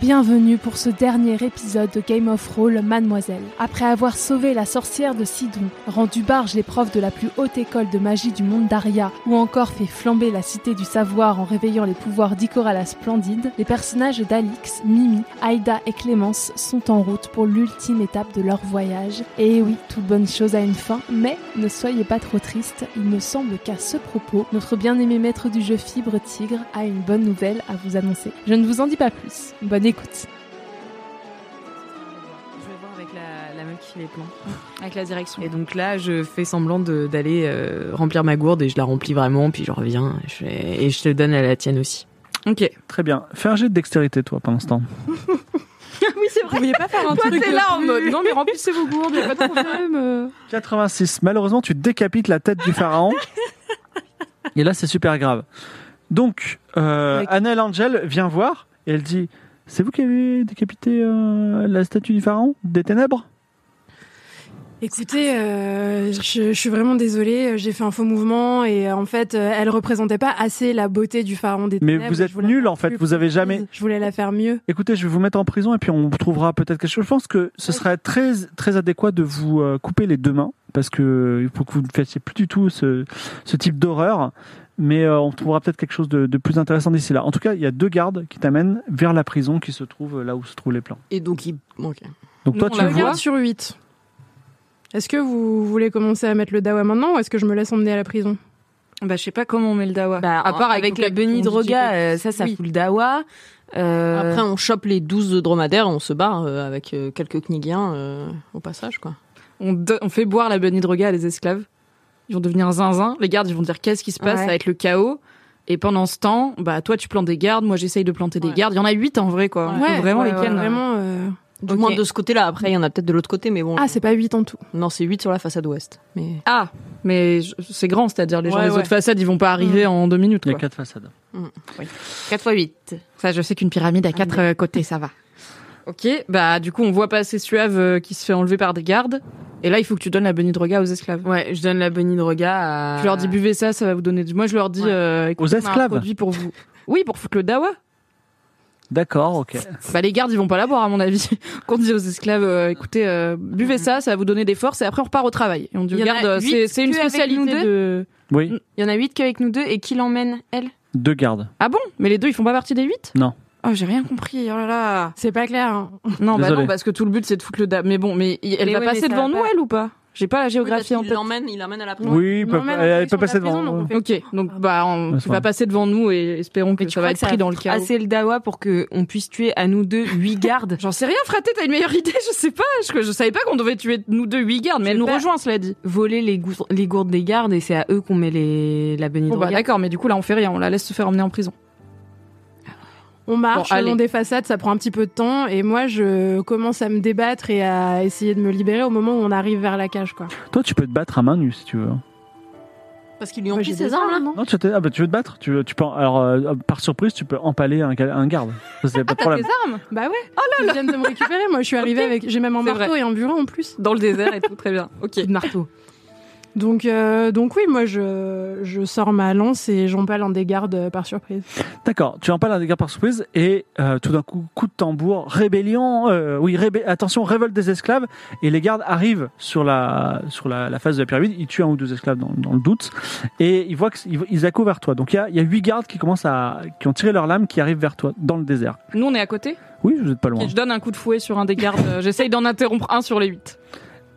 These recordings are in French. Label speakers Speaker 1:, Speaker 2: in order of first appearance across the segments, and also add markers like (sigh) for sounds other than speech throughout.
Speaker 1: Bienvenue pour ce dernier épisode de Game of Roll Mademoiselle. Après avoir sauvé la sorcière de Sidon, rendu barge l'épreuve de la plus haute école de magie du monde d'Aria, ou encore fait flamber la cité du savoir en réveillant les pouvoirs d'Icora la Splendide, les personnages d'Alix, Mimi, Aïda et Clémence sont en route pour l'ultime étape de leur voyage. Et oui, toute bonne chose a une fin, mais ne soyez pas trop tristes, il me semble qu'à ce propos, notre bien-aimé maître du jeu Fibre Tigre a une bonne nouvelle à vous annoncer. Je ne vous en dis pas plus. Bonne écoute.
Speaker 2: Je vais voir avec la, la meuf qui fait les
Speaker 3: (laughs)
Speaker 2: plans. Avec la direction. Et donc là, je fais semblant de- d'aller euh, remplir ma gourde et je la remplis vraiment, puis je reviens et je, fais- et je te donne à la tienne aussi.
Speaker 3: Ok.
Speaker 4: Très bien. Fais un jet de dextérité, toi, pendant ce temps.
Speaker 2: oui, Ah, c'est vrai. Vous pouviez pas faire un truc là en mode. Non, mais remplissez vos gourdes, y'a pas de problème.
Speaker 4: 86. Malheureusement, tu décapites la tête du pharaon. (laughs) Et là, c'est super grave. Donc, euh,
Speaker 3: Avec-
Speaker 4: Annelle Angel vient voir et elle dit C'est vous qui avez décapité euh, la statue du pharaon des ténèbres
Speaker 5: Écoutez, euh, je, je suis vraiment désolée, j'ai fait un faux mouvement et euh, en fait, euh, elle représentait pas assez la beauté du pharaon des
Speaker 4: Mais
Speaker 5: ténèbres.
Speaker 4: vous êtes
Speaker 5: Je voulais
Speaker 4: nul en
Speaker 5: la
Speaker 4: fait.
Speaker 5: faire
Speaker 4: Vous avez
Speaker 5: plus
Speaker 4: jamais.
Speaker 5: prise, Je voulais la faire mieux.
Speaker 4: Écoutez, je vais vous mettre en prison et puis on trouvera peut-être quelque chose. Je pense que ce serait très, très adéquat de vous euh, couper les deux mains parce que euh, pour que vous ne fassiez plus du tout ce, ce type d'horreur. Mais euh, on trouvera peut-être quelque chose de, de plus intéressant d'ici là. En tout cas, il y a deux gardes qui t'amènent vers la prison qui se trouve euh, là où se trouvent les plans.
Speaker 3: Et donc, il. Ok.
Speaker 4: Donc
Speaker 2: Nous,
Speaker 4: toi,
Speaker 2: on
Speaker 4: tu
Speaker 2: la
Speaker 4: le
Speaker 2: regarde.
Speaker 4: vois.
Speaker 5: Regarde sur 8. Est-ce que vous voulez commencer à mettre le dawa maintenant ou est-ce que je me laisse emmener à la prison
Speaker 3: Bah, je sais pas comment on met le dawa.
Speaker 6: Bah,
Speaker 2: à part Bah, avec, la Benny Droga, euh, ça, ça
Speaker 3: Oui.
Speaker 2: fout le dawa. Euh,
Speaker 3: Après, on chope les 12 dromadaires et on se barre euh, avec euh, quelques Knigiens euh, au passage, quoi.
Speaker 7: on, do- on fait boire la Bunny Droga à les esclaves. Ils vont devenir zinzin. Les gardes, ils vont dire qu'est-ce qui se passe,
Speaker 2: Ouais.
Speaker 7: ça va être le chaos. Et pendant ce temps, bah toi tu plantes des gardes, moi j'essaye de planter
Speaker 3: Ouais.
Speaker 7: des gardes. Il y en a huit en vrai quoi. On peut vraiment les ken.
Speaker 5: Vraiment, euh,
Speaker 3: Du
Speaker 2: Ok.
Speaker 3: moins de ce côté-là. Après, il y en a peut-être de l'autre côté, mais bon.
Speaker 5: Ah, c'est pas 8 en tout.
Speaker 3: Non, c'est 8 sur la façade ouest. Mais
Speaker 7: Ah, mais je- c'est grand, c'est-à-dire les gens
Speaker 3: Ouais,
Speaker 7: des
Speaker 3: ouais.
Speaker 7: autres façades, ils vont pas arriver en deux minutes.
Speaker 4: Il y a
Speaker 7: quoi.
Speaker 4: quatre façades.
Speaker 2: 4 x 8.
Speaker 7: Ça, je sais qu'une pyramide a quatre euh, côtés, ça va. Ok, bah du coup on voit passer Suave euh, qui se fait enlever par des gardes. Et là, il faut que tu donnes la Bunny Droga aux esclaves.
Speaker 2: Ouais, je donne la Benny Droga à.
Speaker 7: Tu leur dis buvez ça, ça va vous donner du. Moi je leur dis
Speaker 3: Ouais.
Speaker 7: euh,
Speaker 4: Aux
Speaker 7: écoutez, on a un
Speaker 2: Ah
Speaker 4: esclaves
Speaker 2: bah.
Speaker 7: produit pour vous. Oui, pour foutre le dawa.
Speaker 4: D'accord, ok.
Speaker 7: Bah les gardes ils vont pas la boire à mon avis. (laughs) Qu'on dit aux esclaves euh, écoutez euh, buvez ça, ça va vous donner des forces et après on repart au travail. Et on dit
Speaker 2: Mm. Il y
Speaker 7: aux
Speaker 2: en a
Speaker 7: gardes euh,
Speaker 2: huit
Speaker 7: c'est c'est une
Speaker 2: que avec nous
Speaker 7: spécialité
Speaker 2: deux
Speaker 7: de
Speaker 4: Oui,
Speaker 2: Il y en a 8 qu'avec nous deux et qui l'emmène, elle
Speaker 4: deux gardes.
Speaker 7: Ah bon Mais les deux ils font pas partie des huit
Speaker 4: Non.
Speaker 7: Oh j'ai rien compris. Oh là là.
Speaker 5: C'est pas clair. hein.
Speaker 7: Non bah
Speaker 4: Désolé.
Speaker 7: non parce que tout le but c'est de foutre le dame. Mais bon mais il- elle
Speaker 2: Mais
Speaker 7: va
Speaker 2: ouais, mais ça
Speaker 7: passer devant
Speaker 2: va
Speaker 7: nous
Speaker 2: pas.
Speaker 7: elle ou pas J'ai pas la géographie en
Speaker 3: il
Speaker 7: tête.
Speaker 3: l'emmène, il l'emmène à la prison.
Speaker 4: Oui, ils
Speaker 5: Non,
Speaker 4: peuvent-
Speaker 5: mais
Speaker 4: elle
Speaker 5: ils
Speaker 4: peut
Speaker 5: sont
Speaker 4: passer
Speaker 5: à la prison,
Speaker 4: devant.
Speaker 5: donc on fait-
Speaker 7: Ok donc bah on,
Speaker 4: Ouais,
Speaker 7: tu
Speaker 4: ça va.
Speaker 7: vas passer devant nous et espérons que
Speaker 2: Mais
Speaker 7: ça
Speaker 2: tu
Speaker 7: va
Speaker 2: crois
Speaker 7: être
Speaker 2: que ça
Speaker 7: pris dans le chaos.
Speaker 2: Assez le dawa pour qu'on puisse tuer à nous deux
Speaker 3: (laughs)
Speaker 2: 8 gardes.
Speaker 7: J'en sais rien, fraté, t'as une meilleure (laughs) idée, je sais pas, je, je savais pas qu'on devait tuer nous deux huit gardes, mais
Speaker 2: Je
Speaker 7: elle
Speaker 2: sais
Speaker 7: nous
Speaker 2: pas.
Speaker 7: rejoint, cela dit.
Speaker 2: voler les, gour- les gourdes des gardes et c'est à eux qu'on met les, la Benny
Speaker 7: Bon bah
Speaker 2: Droga.
Speaker 7: d'accord, mais du coup là on fait rien, on la laisse se faire emmener en prison.
Speaker 5: On marche
Speaker 7: Bon,
Speaker 5: le long
Speaker 7: allez.
Speaker 5: des façades, ça prend un petit peu de temps et moi je commence à me débattre et à essayer de me libérer au moment où on arrive vers la cage quoi.
Speaker 4: Toi, tu peux te battre à main nue si tu veux.
Speaker 3: Parce qu'ils lui ont
Speaker 5: Moi,
Speaker 3: pris
Speaker 5: j'ai
Speaker 3: ses
Speaker 5: des
Speaker 3: armes, là.
Speaker 7: hein.
Speaker 5: non
Speaker 4: Non, tu, t'es- ah, bah, tu veux te battre tu, tu peux, Alors, euh, par surprise, tu peux empaler un, gal- un garde. Ça, c'est pas de problème.
Speaker 7: armes
Speaker 5: Bah ouais. Ils viennent de me récupérer. Moi, je suis arrivée avec. J'ai même un
Speaker 7: C'est
Speaker 5: marteau et un bureau en plus.
Speaker 7: Dans le désert et tout, très
Speaker 3: (laughs)
Speaker 7: bien. Ok.
Speaker 2: marteau.
Speaker 5: Donc, euh, donc oui, moi, je, je sors ma lance et j'empale un des gardes euh, par surprise.
Speaker 4: D'accord, tu en parles à des gars par surprise et euh, tout d'un coup, coup de tambour, rébellion, euh, oui, rébé- attention, révolte des esclaves et les gardes arrivent sur la sur la, la face de la pyramide, ils tuent un ou deux esclaves dans, dans le doute et ils voient qu'ils ils accourent vers toi. Donc il y a, il y a huit gardes qui commencent à qui ont tiré leur lame qui arrivent vers toi dans le désert.
Speaker 7: Nous on est à côté.
Speaker 4: Oui, vous êtes pas loin.
Speaker 7: Et je donne un coup de fouet sur un des gardes. euh, J'essaye d'en interrompre un sur les huit.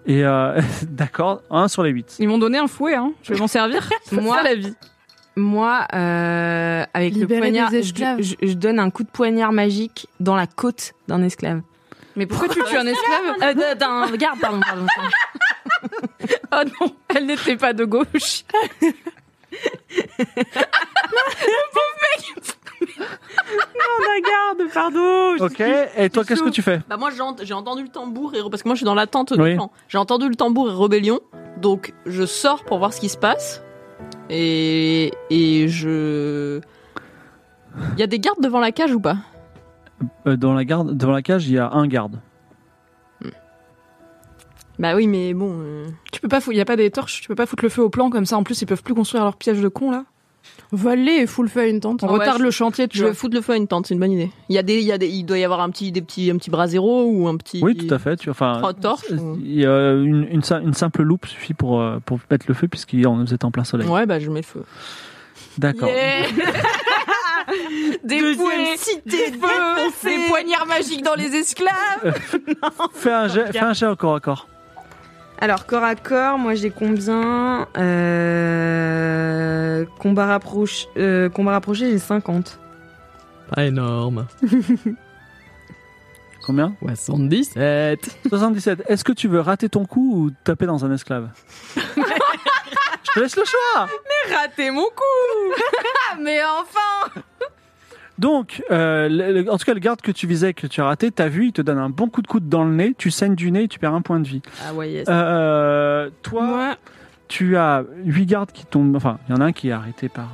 Speaker 4: Et euh, (laughs) d'accord, un sur les huit.
Speaker 7: Ils m'ont donné un fouet, hein. Je vais m'en
Speaker 3: (laughs)
Speaker 7: servir.
Speaker 2: Moi-
Speaker 7: Moi la vie.
Speaker 2: Moi, euh, avec
Speaker 5: Libérer
Speaker 2: le poignard,
Speaker 5: des
Speaker 2: je,
Speaker 5: esclaves.
Speaker 2: je- je donne un coup de poignard magique dans la côte d'un esclave.
Speaker 7: Mais pourquoi tu tues un esclave (laughs)
Speaker 2: Euh, d'un garde, pardon, pardon.
Speaker 7: Oh non, elle n'était pas de gauche.
Speaker 2: Regarde, pardon.
Speaker 4: Ok, et toi, qu'est-ce que tu fais
Speaker 3: Bah moi j'ai ent- j'ai entendu le tambour et parce que moi je suis dans l'attente
Speaker 4: Oui.
Speaker 3: du plan. J'ai entendu le tambour et rébellion, donc je sors pour voir ce qui se passe et et je. Il y a des gardes devant la cage ou pas
Speaker 4: Euh, dans, la garde, devant la cage, il y a un garde.
Speaker 3: Bah oui mais bon. euh,
Speaker 7: Tu peux pas foutre, y a pas des torches, tu peux pas foutre le feu au plan comme ça. En plus, ils peuvent plus construire leur piège de con là.
Speaker 5: Voler et full feu une tente. hein.
Speaker 7: On
Speaker 3: Ouais,
Speaker 7: retarde
Speaker 3: je-
Speaker 7: le chantier, tu
Speaker 3: Je vais
Speaker 7: vois.
Speaker 3: foutre le feu à une tente, c'est une bonne idée. Il y a des il y a des il doit y avoir un petit des petits un petit bras zéro ou un petit.
Speaker 4: Oui, tout à fait. Tu, enfin,
Speaker 3: Trois torches ou-
Speaker 4: il y a une, une, sim- une simple loupe suffit pour, euh, pour mettre le feu, puisqu'il est en- vous êtes en plein soleil.
Speaker 3: Ouais bah je mets le feu.
Speaker 4: D'accord.
Speaker 7: Deuxième cité de feu, ces poignards magiques dans les esclaves.
Speaker 4: (laughs) Fais un jet, fais un jet au corps à corps.
Speaker 2: Alors, corps à corps, moi j'ai combien Euh, combat, rapproche... euh, combat rapproché, j'ai 50.
Speaker 8: Pas énorme.
Speaker 4: Combien
Speaker 8: 77.
Speaker 4: 77. Est-ce que tu veux rater ton coup ou taper dans un
Speaker 3: (laughs)
Speaker 4: esclave Je te laisse le choix
Speaker 7: Raté mon coup. (laughs) Mais enfin.
Speaker 4: Donc, euh, le- le- en tout cas, le garde que tu visais, que tu as raté, t'as vu, il te donne un bon coup de coude dans le nez, tu saignes du nez et tu perds un point de vie.
Speaker 3: Ah ouais yes.
Speaker 4: Euh, toi,
Speaker 5: Moi,
Speaker 4: tu as huit gardes qui tombent. Enfin, il y en a un qui est arrêté par.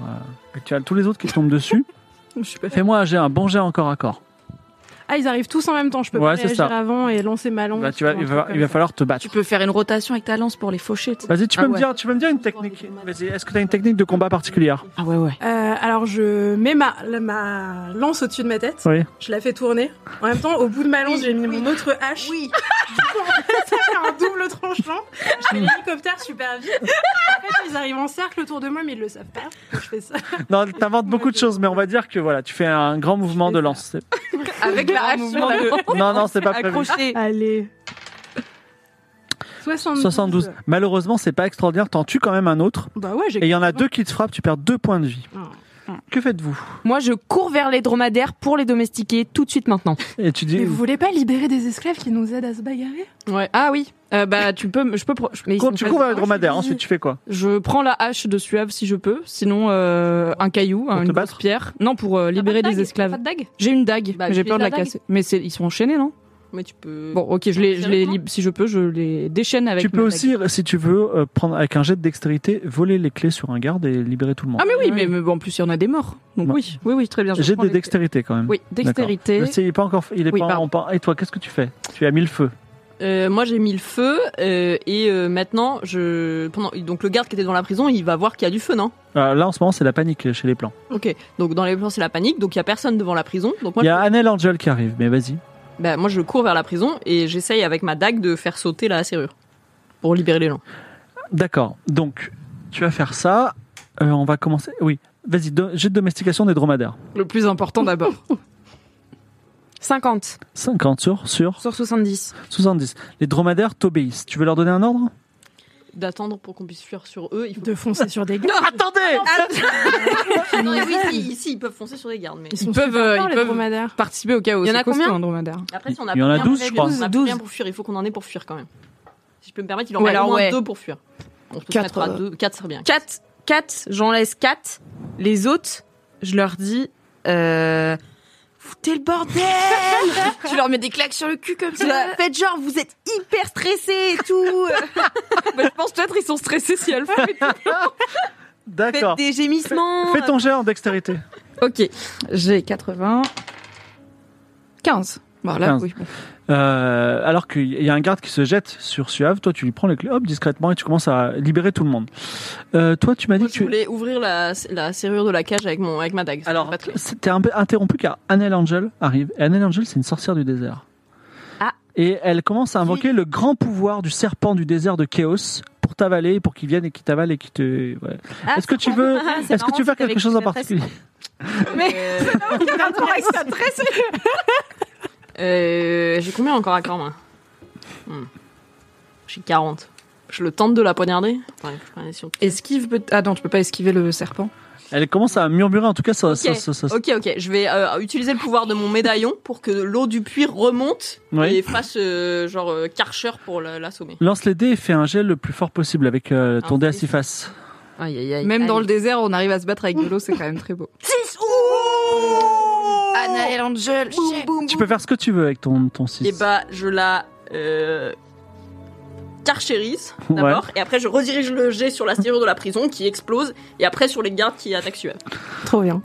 Speaker 4: euh, tu as tous les autres qui tombent dessus.
Speaker 3: Je suis pas
Speaker 4: Fais-moi un jet, un bon jet encore à corps.
Speaker 5: ah, ils arrivent tous en même temps. Je peux
Speaker 4: Ouais,
Speaker 5: pas
Speaker 4: c'est
Speaker 5: réagir
Speaker 4: ça.
Speaker 5: avant et lancer ma lance.
Speaker 4: Bah, tu vas,
Speaker 5: ou un
Speaker 4: il,
Speaker 5: truc
Speaker 4: va,
Speaker 5: comme
Speaker 4: il va
Speaker 5: ça.
Speaker 4: falloir te battre.
Speaker 7: Tu peux faire une rotation avec ta lance pour les faucher. tu sais.
Speaker 4: Vas-y, tu peux
Speaker 7: Ah
Speaker 4: me
Speaker 7: ouais.
Speaker 4: dire, tu peux me dire une technique. Vas-y, est-ce que tu as une technique de combat particulière
Speaker 7: Ah ouais ouais.
Speaker 5: Euh, alors je mets ma, la- ma lance au-dessus de ma tête,
Speaker 4: Oui.
Speaker 5: je la fais tourner. En même temps, au bout de ma lance, j'ai mis mon autre hache. Oui. (laughs) Ça fait un double tranchant. Je fais l'hélicoptère super vite. En fait, ils arrivent en cercle autour de moi, mais ils le savent pas. que Je fais ça.
Speaker 4: Non, t'inventes beaucoup de choses, mais on va dire que voilà, tu fais un grand mouvement de lance.
Speaker 7: Avec la hache. sur la-
Speaker 4: Non, non, c'est pas prévu.
Speaker 7: Accrochée.
Speaker 5: Allez. 72.
Speaker 4: 72. Malheureusement, c'est pas extraordinaire. T'en tues quand même un autre.
Speaker 5: Bah ouais, j'ai.
Speaker 4: Et il y en a deux qui te frappent. Tu perds deux points de vie. Que faites-vous
Speaker 7: Moi, je cours vers les dromadaires pour les domestiquer tout de suite maintenant.
Speaker 4: Et tu
Speaker 5: Mais
Speaker 4: dis.
Speaker 5: vous voulez pas libérer des esclaves qui nous aident à se bagarrer
Speaker 7: Ouais. Ah oui. Euh, bah tu peux, me- je peux. pro- mais ils
Speaker 4: Cours-
Speaker 7: sont
Speaker 4: tu
Speaker 7: pas-
Speaker 4: cours vers le dromadaire.
Speaker 5: dis-
Speaker 4: Ensuite, tu fais quoi
Speaker 7: Je prends la hache de Suave si je peux, sinon euh, un caillou, hein,
Speaker 4: te
Speaker 7: une
Speaker 4: battre
Speaker 7: grosse pierre. Non, pour euh, libérer des esclaves.
Speaker 3: Pas de dague
Speaker 7: J'ai une dague,
Speaker 3: Bah,
Speaker 7: mais j'ai
Speaker 3: utilise
Speaker 7: peur de
Speaker 3: la
Speaker 7: la
Speaker 3: dague.
Speaker 7: casser. Mais c'est- ils sont enchaînés, non
Speaker 3: Mais tu peux.
Speaker 7: Bon, ok, je les, je
Speaker 3: Serrez-toi.
Speaker 7: les lib- si je peux, je les déchaîne avec.
Speaker 4: Tu
Speaker 7: ma
Speaker 4: peux
Speaker 7: dague.
Speaker 4: aussi, si tu veux, euh, prendre avec un jet de dextérité, voler les clés sur un garde et libérer tout le monde.
Speaker 7: Ah mais oui, mais, mais bon, en plus il y en a des morts, donc
Speaker 4: Ouais.
Speaker 7: oui, oui, oui, très bien. je
Speaker 4: Bah. J'ai
Speaker 7: prends
Speaker 4: des
Speaker 7: les-
Speaker 4: dextérités quand même.
Speaker 7: Oui, dextérité.
Speaker 4: Le- c'est- Il est pas encore. Il est
Speaker 7: Oui,
Speaker 4: pas,
Speaker 7: pardon.
Speaker 4: on part- Et toi, qu'est-ce que tu fais Tu as mis le feu.
Speaker 3: Euh, moi j'ai mis le feu euh, et euh, maintenant je pendant donc le garde qui était dans la prison il va voir qu'il y a du feu non
Speaker 4: Euh, là, en ce moment, c'est la panique chez les plans.
Speaker 3: Ok donc dans les plans c'est la panique donc il y a personne devant la prison donc moi
Speaker 4: Il y a
Speaker 3: je,
Speaker 4: Annel Angel qui arrive, mais vas-y.
Speaker 3: bah, moi je cours vers la prison et j'essaye avec ma dague de faire sauter la serrure pour libérer les gens.
Speaker 4: D'accord. Donc, tu vas faire ça. Euh, on va commencer. Oui. Vas-y, do- jet de domestication des dromadaires.
Speaker 7: Le plus important d'abord.
Speaker 2: 50
Speaker 4: 50 sur, sur
Speaker 2: sur 70.
Speaker 4: 70. Les dromadaires t'obéissent. Tu veux leur donner un ordre
Speaker 3: D'attendre pour qu'on puisse fuir sur eux. Il faut...
Speaker 5: De foncer sur des gars.
Speaker 4: Attendez
Speaker 3: Ah non, oui, ici, ici, ils peuvent foncer sur les gardes mais
Speaker 7: Ils peuvent, euh, ils
Speaker 5: les
Speaker 7: peuvent
Speaker 5: dromadaires.
Speaker 7: participer au chaos.
Speaker 3: Il y en a
Speaker 7: C'est costaud,
Speaker 3: combien
Speaker 7: un dromadaire (laughs)
Speaker 3: après si on a
Speaker 4: Il y en a
Speaker 3: plus
Speaker 4: 12,
Speaker 3: rien,
Speaker 4: je crois.
Speaker 3: on a plus
Speaker 5: 12.
Speaker 3: rien pour fuir il faut qu'on en ait pour fuir quand même. Si je peux me permettre il en
Speaker 7: Ouais,
Speaker 3: faut au
Speaker 7: alors,
Speaker 3: moins
Speaker 7: ouais.
Speaker 3: deux pour fuir. On peut
Speaker 7: Quatre,
Speaker 3: se mettre à
Speaker 7: euh,
Speaker 3: deux quatre ça revient.
Speaker 2: 4, 4, j'en laisse 4. Les autres, je leur dis... Euh, Foutez le bordel
Speaker 7: Tu leur mets des claques sur le cul comme
Speaker 2: Tu vois, Faites genre, vous êtes hyper stressés et (laughs) tout Bah,
Speaker 7: je pense peut-être ils sont stressés si elles font.
Speaker 4: D'accord.
Speaker 2: Faites des gémissements
Speaker 4: Fais ton jet en dextérité.
Speaker 7: Ok, j'ai 80. 15. Voilà,
Speaker 4: 15.
Speaker 7: oui. bon.
Speaker 4: Euh, alors qu'il y a un garde qui se jette sur Suave, toi tu lui prends les clés, hop, discrètement, et tu commences à libérer tout le monde. Euh, toi tu m'as dit
Speaker 3: Moi,
Speaker 4: que
Speaker 3: je
Speaker 4: tu
Speaker 3: voulais ouvrir la, la serrure de la cage avec mon avec ma dague.
Speaker 4: Alors,
Speaker 3: Pas de clé.
Speaker 4: t'es un peu interrompu car Annel Angel arrive. Et Annel Angel, c'est une sorcière du désert.
Speaker 2: Ah.
Speaker 4: Et elle commence à invoquer le grand pouvoir du serpent du désert de Chaos pour t'avaler, pour qu'il vienne et qu'il t'avale et qu'il te. ouais. Est-ce que tu veux,
Speaker 2: c'est
Speaker 4: est-ce que
Speaker 2: marrant,
Speaker 4: tu veux faire
Speaker 2: c'est avec
Speaker 4: quelque chose en
Speaker 2: la tresse.
Speaker 4: particulier
Speaker 3: Euh, j'ai combien encore à corps, moi Hmm. J'ai 40. Je le tente de la poignarder Enfin, je prends une action.
Speaker 7: Esquive peut Ah non, tu peux pas esquiver le serpent.
Speaker 4: Elle commence à murmurer, en tout cas, ça. ça- ça- ça-
Speaker 3: Ok, ok. Je vais euh, utiliser le pouvoir de mon médaillon pour que l'eau du puits remonte
Speaker 4: Oui.
Speaker 3: et fasse euh, genre euh, Karcher pour la- l'assommer.
Speaker 4: Lance les dés et fais un gel le plus fort possible avec euh, ton
Speaker 3: Un
Speaker 4: dé à
Speaker 3: dé.
Speaker 4: six faces.
Speaker 2: Aïe, aïe, aïe.
Speaker 7: Même dans
Speaker 2: Aïe.
Speaker 7: le désert, on arrive à se battre avec de l'eau, c'est quand même très
Speaker 3: (laughs)
Speaker 7: beau.
Speaker 3: 6 Ouh
Speaker 7: Anaël Angel,
Speaker 3: Boum, boum,
Speaker 4: Tu
Speaker 3: boum.
Speaker 4: peux faire ce que tu veux avec ton, ton 6.
Speaker 3: Et bah, je la. Euh, Karcherise
Speaker 4: Ouais.
Speaker 3: d'abord, et après je redirige le jet sur la serrure de la prison qui explose, et après sur les gardes qui attaquent Suave.
Speaker 5: Trop bien.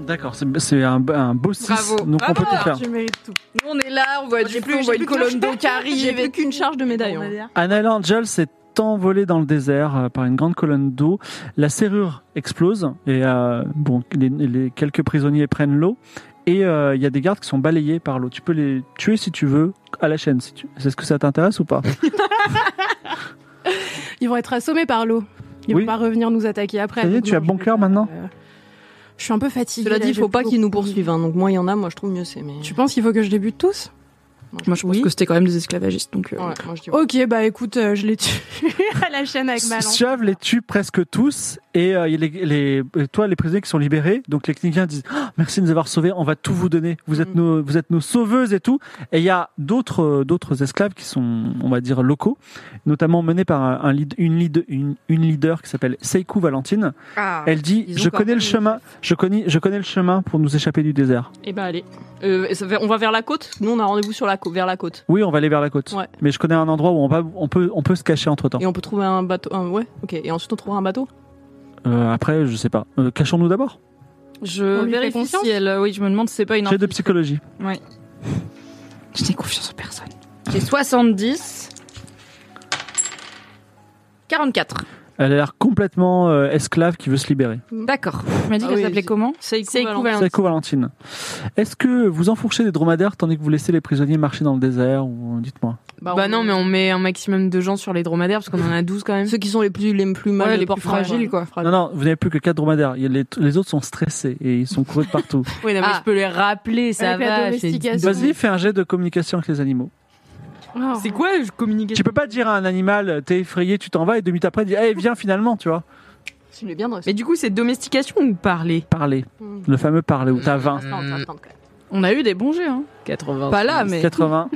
Speaker 4: D'accord, c'est c'est un, un beau 6,
Speaker 7: Bravo.
Speaker 4: donc on peut tout faire.
Speaker 5: Tu mérites tout.
Speaker 7: Nous, on est là, on voit du
Speaker 3: J'ai
Speaker 7: plus, on
Speaker 3: plus,
Speaker 7: voit
Speaker 3: j'ai
Speaker 7: une
Speaker 3: plus
Speaker 7: colonne d'eau qui
Speaker 3: J'ai
Speaker 7: arrive.
Speaker 3: plus
Speaker 7: et-
Speaker 3: qu'une charge de médaillon.
Speaker 4: Annal Angel s'est envolée dans le désert euh, par une grande colonne d'eau. La serrure explose et euh, bon, les, les quelques prisonniers prennent l'eau. Et euh, il y a des gardes qui sont balayés par l'eau. Tu peux les tuer si tu veux à la chaîne. Si tu... Est-ce que ça t'intéresse ou pas
Speaker 5: Ils vont être assommés par l'eau. Ils
Speaker 4: Oui.
Speaker 5: vont pas revenir nous attaquer après.
Speaker 4: Ça y est,
Speaker 5: Donc
Speaker 4: tu
Speaker 5: non,
Speaker 4: as
Speaker 5: je
Speaker 4: bon
Speaker 5: vais
Speaker 4: cœur
Speaker 5: pas,
Speaker 4: maintenant
Speaker 5: euh, Je suis un peu fatiguée.
Speaker 3: Cela
Speaker 5: là,
Speaker 3: dit, il
Speaker 5: bah, j'ai
Speaker 3: faut pas
Speaker 5: beaucoup-
Speaker 3: qu'ils nous poursuivent, hein, donc moins il y en a, moi je trouve mieux c'est. Mais...
Speaker 5: Tu penses qu'il faut que je les bute tous
Speaker 7: Moi, je pense
Speaker 3: Oui.
Speaker 7: que c'était quand même des esclavagistes, donc. euh,
Speaker 3: Ouais, moi je dis ouais.
Speaker 5: Ok, bah écoute, euh, je les tue (laughs) à la chaîne avec ma lance.
Speaker 4: Suave les tue presque tous. Et euh, il y a les, les- toi, les prisonniers qui sont libérés, donc les cliniens disent Oh, Merci de nous avoir sauvés, on va tout vous donner. Vous êtes,
Speaker 3: Mhm.
Speaker 4: nos, vous êtes nos sauveuses et tout. Et il y a d'autres euh, d'autres esclaves qui sont, on va dire, locaux, notamment menés par un, un lead- une, lead- une, une leader qui s'appelle Seiku Valentine.
Speaker 7: Ah.
Speaker 4: Elle dit
Speaker 7: ils ont
Speaker 4: Je
Speaker 7: quand
Speaker 4: connais
Speaker 7: même
Speaker 4: le chemin, je connais, je connais le chemin pour nous échapper du désert.
Speaker 3: Et bah allez. Euh, et ça fait- on va vers la côte Nous on a rendez-vous sur la côte, vers la côte.
Speaker 4: Oui, on va aller vers la côte.
Speaker 3: Ouais.
Speaker 4: Mais je connais un endroit où on, va, on, peut, on peut se cacher entre temps.
Speaker 3: Et on peut trouver un bateau. un- Ouais, ok. Et ensuite on trouvera un bateau
Speaker 4: après, je sais pas. Euh, Cachons-nous d'abord.
Speaker 5: On
Speaker 7: Je
Speaker 5: lui fait
Speaker 7: vérifie
Speaker 5: confiance
Speaker 7: si elle. euh, Oui, je me demande si c'est pas une.
Speaker 4: J'ai de
Speaker 7: infiltrée.
Speaker 4: psychologie.
Speaker 7: Je n'ai confiance en personne. J'ai 70. 44.
Speaker 4: Elle a l'air complètement euh, esclave qui veut se libérer.
Speaker 7: D'accord. Tu m'as dit
Speaker 3: Ah
Speaker 7: qu'elle
Speaker 3: oui,
Speaker 7: s'appelait
Speaker 3: c'est-
Speaker 7: comment
Speaker 3: C'est
Speaker 7: Seikou Valentine.
Speaker 4: Saiko Valentine. Est-ce que vous enfourchez des dromadaires tandis que vous laissez les prisonniers marcher dans le désert ou euh, dites-moi.
Speaker 2: Bah, non, mais on met un maximum de gens sur les dromadaires parce qu'on en a 12 quand même.
Speaker 3: Ceux qui sont les plus, les plus mal
Speaker 7: Ouais, les
Speaker 3: portés,
Speaker 7: plus fragiles,
Speaker 3: ouais.
Speaker 7: quoi.
Speaker 4: Non non, vous n'avez plus que quatre dromadaires. Il y a Les, les autres sont stressés et ils sont courus de partout.
Speaker 2: Oui, non, mais
Speaker 7: Ah.
Speaker 2: je peux les rappeler, ça
Speaker 5: Avec la
Speaker 2: va. je fais-
Speaker 5: domestication.
Speaker 4: Vas-y, fais un jet de communication avec les animaux.
Speaker 5: Oh.
Speaker 2: C'est quoi je communique
Speaker 4: Tu peux pas dire à un animal euh, t'es effrayé, tu t'en vas et deux minutes après dire hey viens finalement tu vois.
Speaker 3: Tu l'es bien dressé.
Speaker 2: Mais du coup, c'est domestication ou parler
Speaker 4: Parler,
Speaker 3: Hmm.
Speaker 4: le fameux parler où t'as 20,
Speaker 3: Attends, attends, attends, attends.
Speaker 7: On a eu des bons jets, hein.
Speaker 2: 80.
Speaker 7: Pas là, mais.
Speaker 4: 80.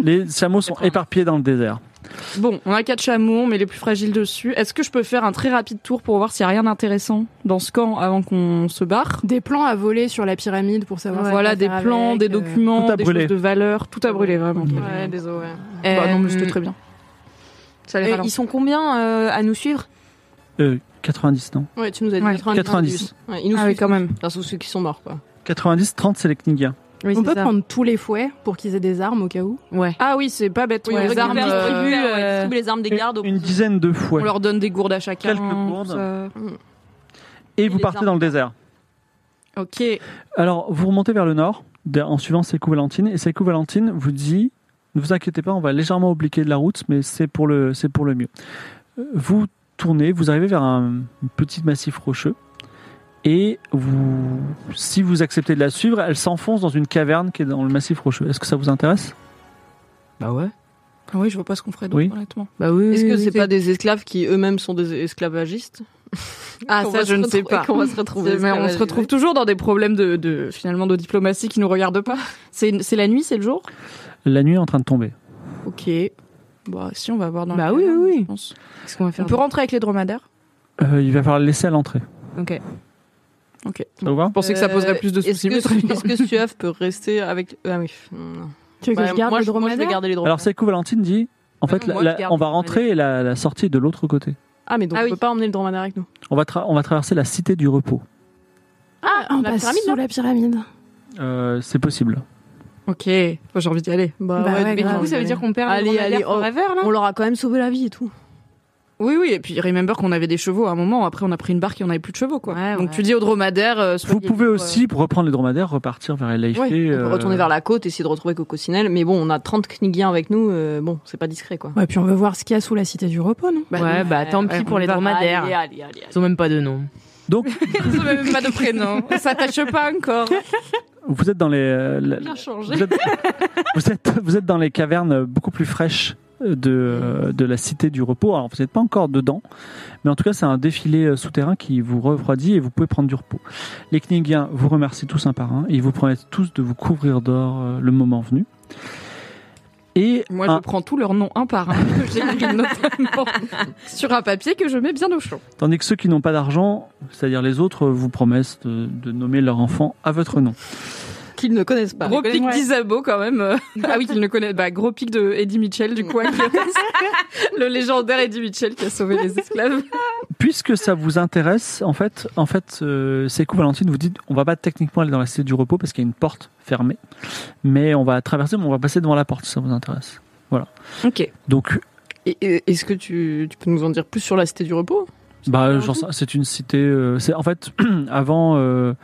Speaker 4: Les chameaux sont éparpillés dans le désert.
Speaker 7: Bon, on a quatre chameaux, mais les plus fragiles dessus. Est-ce que je peux faire un très rapide tour pour voir s'il n'y a rien d'intéressant dans ce camp avant qu'on se barre
Speaker 5: Des plans à voler sur la pyramide pour savoir. ce
Speaker 7: Voilà,
Speaker 5: qu'on
Speaker 7: des
Speaker 5: va faire
Speaker 7: plans,
Speaker 5: avec,
Speaker 7: des
Speaker 5: euh,
Speaker 7: documents,
Speaker 4: Tout à
Speaker 7: des
Speaker 4: brûler.
Speaker 7: choses de valeur, tout à brûler, vraiment.
Speaker 3: Ouais, désolé. ouais.
Speaker 7: Bah, non, mais c'était très bien. Ça les
Speaker 2: Euh,
Speaker 7: ralentit.
Speaker 2: ils sont combien euh, à nous suivre
Speaker 4: Euh, 90 non
Speaker 3: Ouais, tu nous as dit
Speaker 7: Ouais.
Speaker 3: 90.
Speaker 4: 90.
Speaker 3: Ouais, ils nous
Speaker 7: Ah oui,
Speaker 3: suivent.
Speaker 7: quand même.
Speaker 3: Enfin, sauf ceux qui sont morts, quoi.
Speaker 4: 90 30 c'est les Knigiens.
Speaker 2: Oui,
Speaker 5: On
Speaker 2: c'est
Speaker 5: peut
Speaker 2: ça.
Speaker 5: prendre tous les fouets pour qu'ils aient des armes au cas où.
Speaker 2: Ouais.
Speaker 7: Ah oui, c'est pas bête.
Speaker 3: Oui,
Speaker 7: ouais,
Speaker 3: on
Speaker 7: les
Speaker 3: récupère,
Speaker 7: armes,
Speaker 3: on
Speaker 7: euh,
Speaker 3: distribue,
Speaker 7: ouais.
Speaker 3: euh, distribue les armes des
Speaker 4: Une-
Speaker 3: gardes. aux
Speaker 4: Une
Speaker 3: petits.
Speaker 4: dizaine de fouets
Speaker 7: On leur donne des gourdes à chacun. hein,
Speaker 4: Quelques gourdes.
Speaker 7: ça.
Speaker 4: et vous
Speaker 3: les
Speaker 4: partez
Speaker 3: armes.
Speaker 4: dans le désert.
Speaker 7: Ok.
Speaker 4: Alors, vous remontez vers le nord de- en suivant Sekou Valentine. Et Sekou Valentine vous dit Ne vous inquiétez pas, on va légèrement obliquer de la route, mais c'est pour, le- c'est pour le mieux. Euh, Vous tournez, vous arrivez vers un petit massif rocheux. Et vous, si vous acceptez de la suivre, elle s'enfonce dans une caverne qui est dans le massif rocheux. Est-ce que ça vous intéresse
Speaker 2: Bah ouais.
Speaker 7: Ah oui, je vois pas ce qu'on ferait d'autre,
Speaker 4: Oui.
Speaker 7: honnêtement.
Speaker 2: Bah oui.
Speaker 3: Est-ce
Speaker 2: oui,
Speaker 3: que
Speaker 2: oui,
Speaker 3: c'est pas des esclaves qui eux-mêmes sont des esclavagistes
Speaker 7: Ah,
Speaker 3: Qu'on
Speaker 7: ça,
Speaker 3: va
Speaker 7: je
Speaker 3: se
Speaker 7: ne sais
Speaker 3: retrouver-
Speaker 7: pas.
Speaker 3: (laughs) Qu'on va se retrouver.
Speaker 7: Mais on se
Speaker 3: esclavagisés.
Speaker 7: retrouve toujours dans des problèmes de, de- finalement de diplomatie qui nous regardent pas. C'est c'est la nuit, c'est le jour.
Speaker 4: La nuit est en train de tomber.
Speaker 7: Ok. Bah si, on va voir dans.
Speaker 2: Bah
Speaker 7: la
Speaker 2: oui,
Speaker 7: caverne,
Speaker 2: oui, oui.
Speaker 7: je pense.
Speaker 2: Qu'est-ce qu'on va
Speaker 7: On
Speaker 2: faire
Speaker 7: peut rentrer avec les dromadaires.
Speaker 4: Euh, il va falloir le laisser à l'entrée.
Speaker 2: Ok.
Speaker 7: Ok.
Speaker 4: Ça vous va
Speaker 7: Je pensais Euh, que ça poserait plus de
Speaker 3: Euh, Est-ce
Speaker 7: soucis. mais très
Speaker 3: que,
Speaker 7: bien.
Speaker 3: est-ce que Suave peut rester avec. Ah oui. non.
Speaker 5: Tu veux que
Speaker 3: Bah,
Speaker 5: je garde
Speaker 3: moi,
Speaker 5: le
Speaker 3: je- moi, je vais
Speaker 5: dromadaire
Speaker 3: garder les
Speaker 4: Alors,
Speaker 3: dromadaires.
Speaker 4: Sekou Valentine dit En
Speaker 3: Bah
Speaker 4: fait,
Speaker 7: non,
Speaker 4: la-
Speaker 7: moi, je
Speaker 4: la-
Speaker 7: garde
Speaker 4: on va
Speaker 7: le
Speaker 4: rentrer et la, la sortie est de l'autre côté.
Speaker 3: Ah, mais donc
Speaker 7: Ah
Speaker 3: on
Speaker 7: oui.
Speaker 3: peut pas emmener le dromadaire avec nous.
Speaker 4: On va, tra- on va traverser la cité du repos.
Speaker 5: Ah, on
Speaker 3: la
Speaker 5: passe
Speaker 3: pyramide,
Speaker 5: sous la pyramide.
Speaker 4: Euh, c'est possible.
Speaker 7: Ok. Moi, J'ai envie d'y aller.
Speaker 5: Bah ouais,
Speaker 3: mais
Speaker 5: grave.
Speaker 3: du coup,
Speaker 5: ça veut dire
Speaker 2: qu'on perd
Speaker 3: les dromadaires
Speaker 2: oh. là
Speaker 3: On leur a quand même sauvé la vie et tout.
Speaker 7: Oui, oui. Et puis remember qu'on avait des chevaux à un moment. Après, on a pris une barque et on avait plus de chevaux, quoi. Donc tu dis aux dromadaires. euh,
Speaker 4: Vous
Speaker 7: soyez
Speaker 4: pouvez
Speaker 7: libres,
Speaker 4: aussi, pour reprendre les dromadaires, repartir vers Elaïfé.
Speaker 3: Ouais, on peut
Speaker 4: euh,
Speaker 3: retourner vers la côte, essayer de retrouver Cocosinelle. Mais bon, on a 30 Knigiens avec nous. euh, bon, c'est pas discret, quoi.
Speaker 5: Ouais, puis on veut voir ce qu'il y a sous la cité du repos, non
Speaker 7: Bah,
Speaker 2: ouais, bah tant
Speaker 7: ouais,
Speaker 2: pis
Speaker 7: on
Speaker 2: pour les
Speaker 7: va.
Speaker 2: dromadaires.
Speaker 3: Allez, allez, allez, allez.
Speaker 2: Ils ont même pas de nom.
Speaker 4: Donc,
Speaker 7: Ils ont même pas de prénom. On s'attache pas
Speaker 4: (laughs)
Speaker 7: encore.
Speaker 4: vous êtes dans les. euh, la-
Speaker 3: Bien changé.
Speaker 4: vous, êtes, vous, êtes, vous êtes dans les cavernes beaucoup plus fraîches euh, de, de la Cité du Repos. Alors, vous n'êtes pas encore dedans, mais en tout cas, c'est un défilé euh, souterrain qui vous refroidit et vous pouvez prendre du repos. Les Kningiens vous remercient tous un par un et ils vous promettent tous de vous couvrir d'or euh, le moment venu. Et
Speaker 7: Moi,
Speaker 4: un-
Speaker 7: je prends tous leurs noms un par un, que j'ai (laughs) écrit notamment sur un papier que je mets bien au chaud.
Speaker 4: Tandis que ceux qui n'ont pas d'argent, c'est-à-dire les autres, vous promettent de, de nommer leur enfant à votre nom.
Speaker 3: Qu'ils ne connaissent pas.
Speaker 7: Gros pic
Speaker 5: Ouais.
Speaker 7: d'Isabeau quand même. euh. Bah, (laughs) Ah oui, qu'il ne connaît. Bah, gros pic de Eddie Mitchell, du coup. avec (laughs) le- le légendaire Eddie Mitchell qui a sauvé les esclaves.
Speaker 4: Puisque ça vous intéresse, en fait, en fait, euh, Sekou Valentine vous dit, on va pas techniquement aller dans la cité du repos parce qu'il y a une porte fermée, mais on va traverser, mais on va passer devant la porte si ça vous intéresse.
Speaker 3: Ok.
Speaker 4: Donc,
Speaker 3: Et- et- Est-ce que tu, tu peux nous en dire plus sur la Cité du Repos
Speaker 4: bah, genre, ça- c'est une cité, euh, c'est en fait, (clears throat) avant, euh,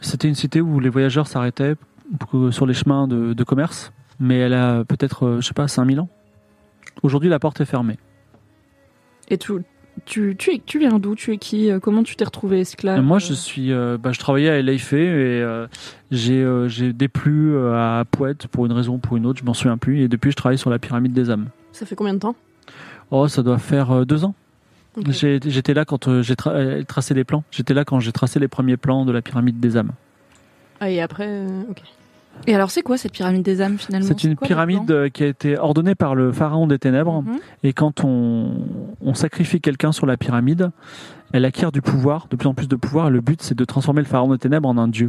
Speaker 4: c'était une cité où les voyageurs s'arrêtaient pour- sur les chemins de, de commerce, mais elle a peut-être, euh, je sais pas, 5000 ans. Aujourd'hui, la porte est fermée.
Speaker 7: Et tu, tu, tu, es- tu viens d'où Tu es qui euh, Comment tu t'es retrouvé esclave
Speaker 4: Et Moi, je suis, euh, bah, je travaillais à LFE et euh, j'ai, euh, j'ai déplu euh, à Poète pour une raison ou pour une autre, je m'en souviens plus. Et depuis, je travaille sur la pyramide des âmes.
Speaker 3: Ça fait combien de temps
Speaker 4: Oh, ça doit faire euh, deux ans.
Speaker 3: Ok.
Speaker 4: J'ai- J'étais là quand euh, j'ai tra- euh, tracé des plans. J'étais là quand j'ai tracé les premiers plans de la pyramide des âmes.
Speaker 3: Ah, et après. euh, ok.
Speaker 7: Et alors, c'est quoi cette pyramide des âmes finalement
Speaker 4: C'est une
Speaker 7: quoi,
Speaker 4: pyramide
Speaker 7: là-dedans
Speaker 4: euh, qui a été ordonnée par le pharaon des ténèbres.
Speaker 7: Mhm.
Speaker 4: Et quand on, on sacrifie quelqu'un sur la pyramide, elle acquiert du pouvoir, de plus en plus de pouvoir. Et le but, c'est de transformer le pharaon des ténèbres en un dieu.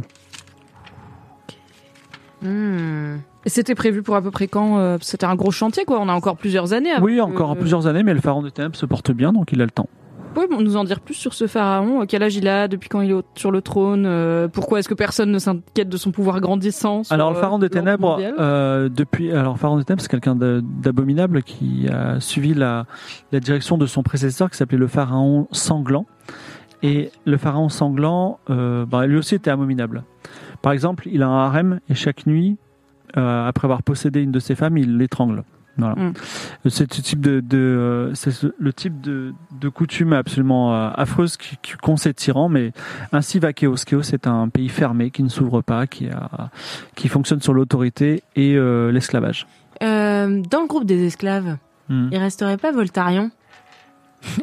Speaker 6: Hmm.
Speaker 7: Et c'était prévu pour à peu près quand euh, C'était un gros chantier, quoi. On a encore plusieurs années. hein. Mm, Euh, avant
Speaker 4: Oui,
Speaker 7: que-
Speaker 4: encore en plusieurs années, mais le pharaon des ténèbres se porte bien, donc il a le temps.
Speaker 7: Pouvez-vous nous en dire plus sur ce pharaon Euh, Quel âge il a Depuis quand il est au- sur le trône Euh, Pourquoi est-ce que personne ne s'inquiète de son pouvoir grandissant sur,
Speaker 4: Alors le
Speaker 7: euh,
Speaker 4: pharaon des
Speaker 7: l'ordre
Speaker 4: ténèbres,
Speaker 7: mondial
Speaker 4: euh, depuis, alors le pharaon des ténèbres, c'est quelqu'un d'a- d'abominable qui a suivi la, la direction de son prédécesseur qui s'appelait le pharaon sanglant. Et le pharaon sanglant, euh, bah, lui aussi était abominable. Par exemple, il a un harem et chaque nuit, euh, après avoir possédé une de ses femmes, il l'étrangle. Voilà.
Speaker 7: Mm.
Speaker 4: C'est ce type de, de, euh, c'est ce- le type de, de coutume absolument euh, affreuse qui- qui- qu'ont ces tyrans, mais ainsi va Chaos. Chaos est un pays fermé qui ne s'ouvre pas, qui a qui fonctionne sur l'autorité et euh, l'esclavage.
Speaker 6: Euh, dans le groupe des esclaves,
Speaker 4: Hmm. (laughs)
Speaker 6: il resterait pas Voltarion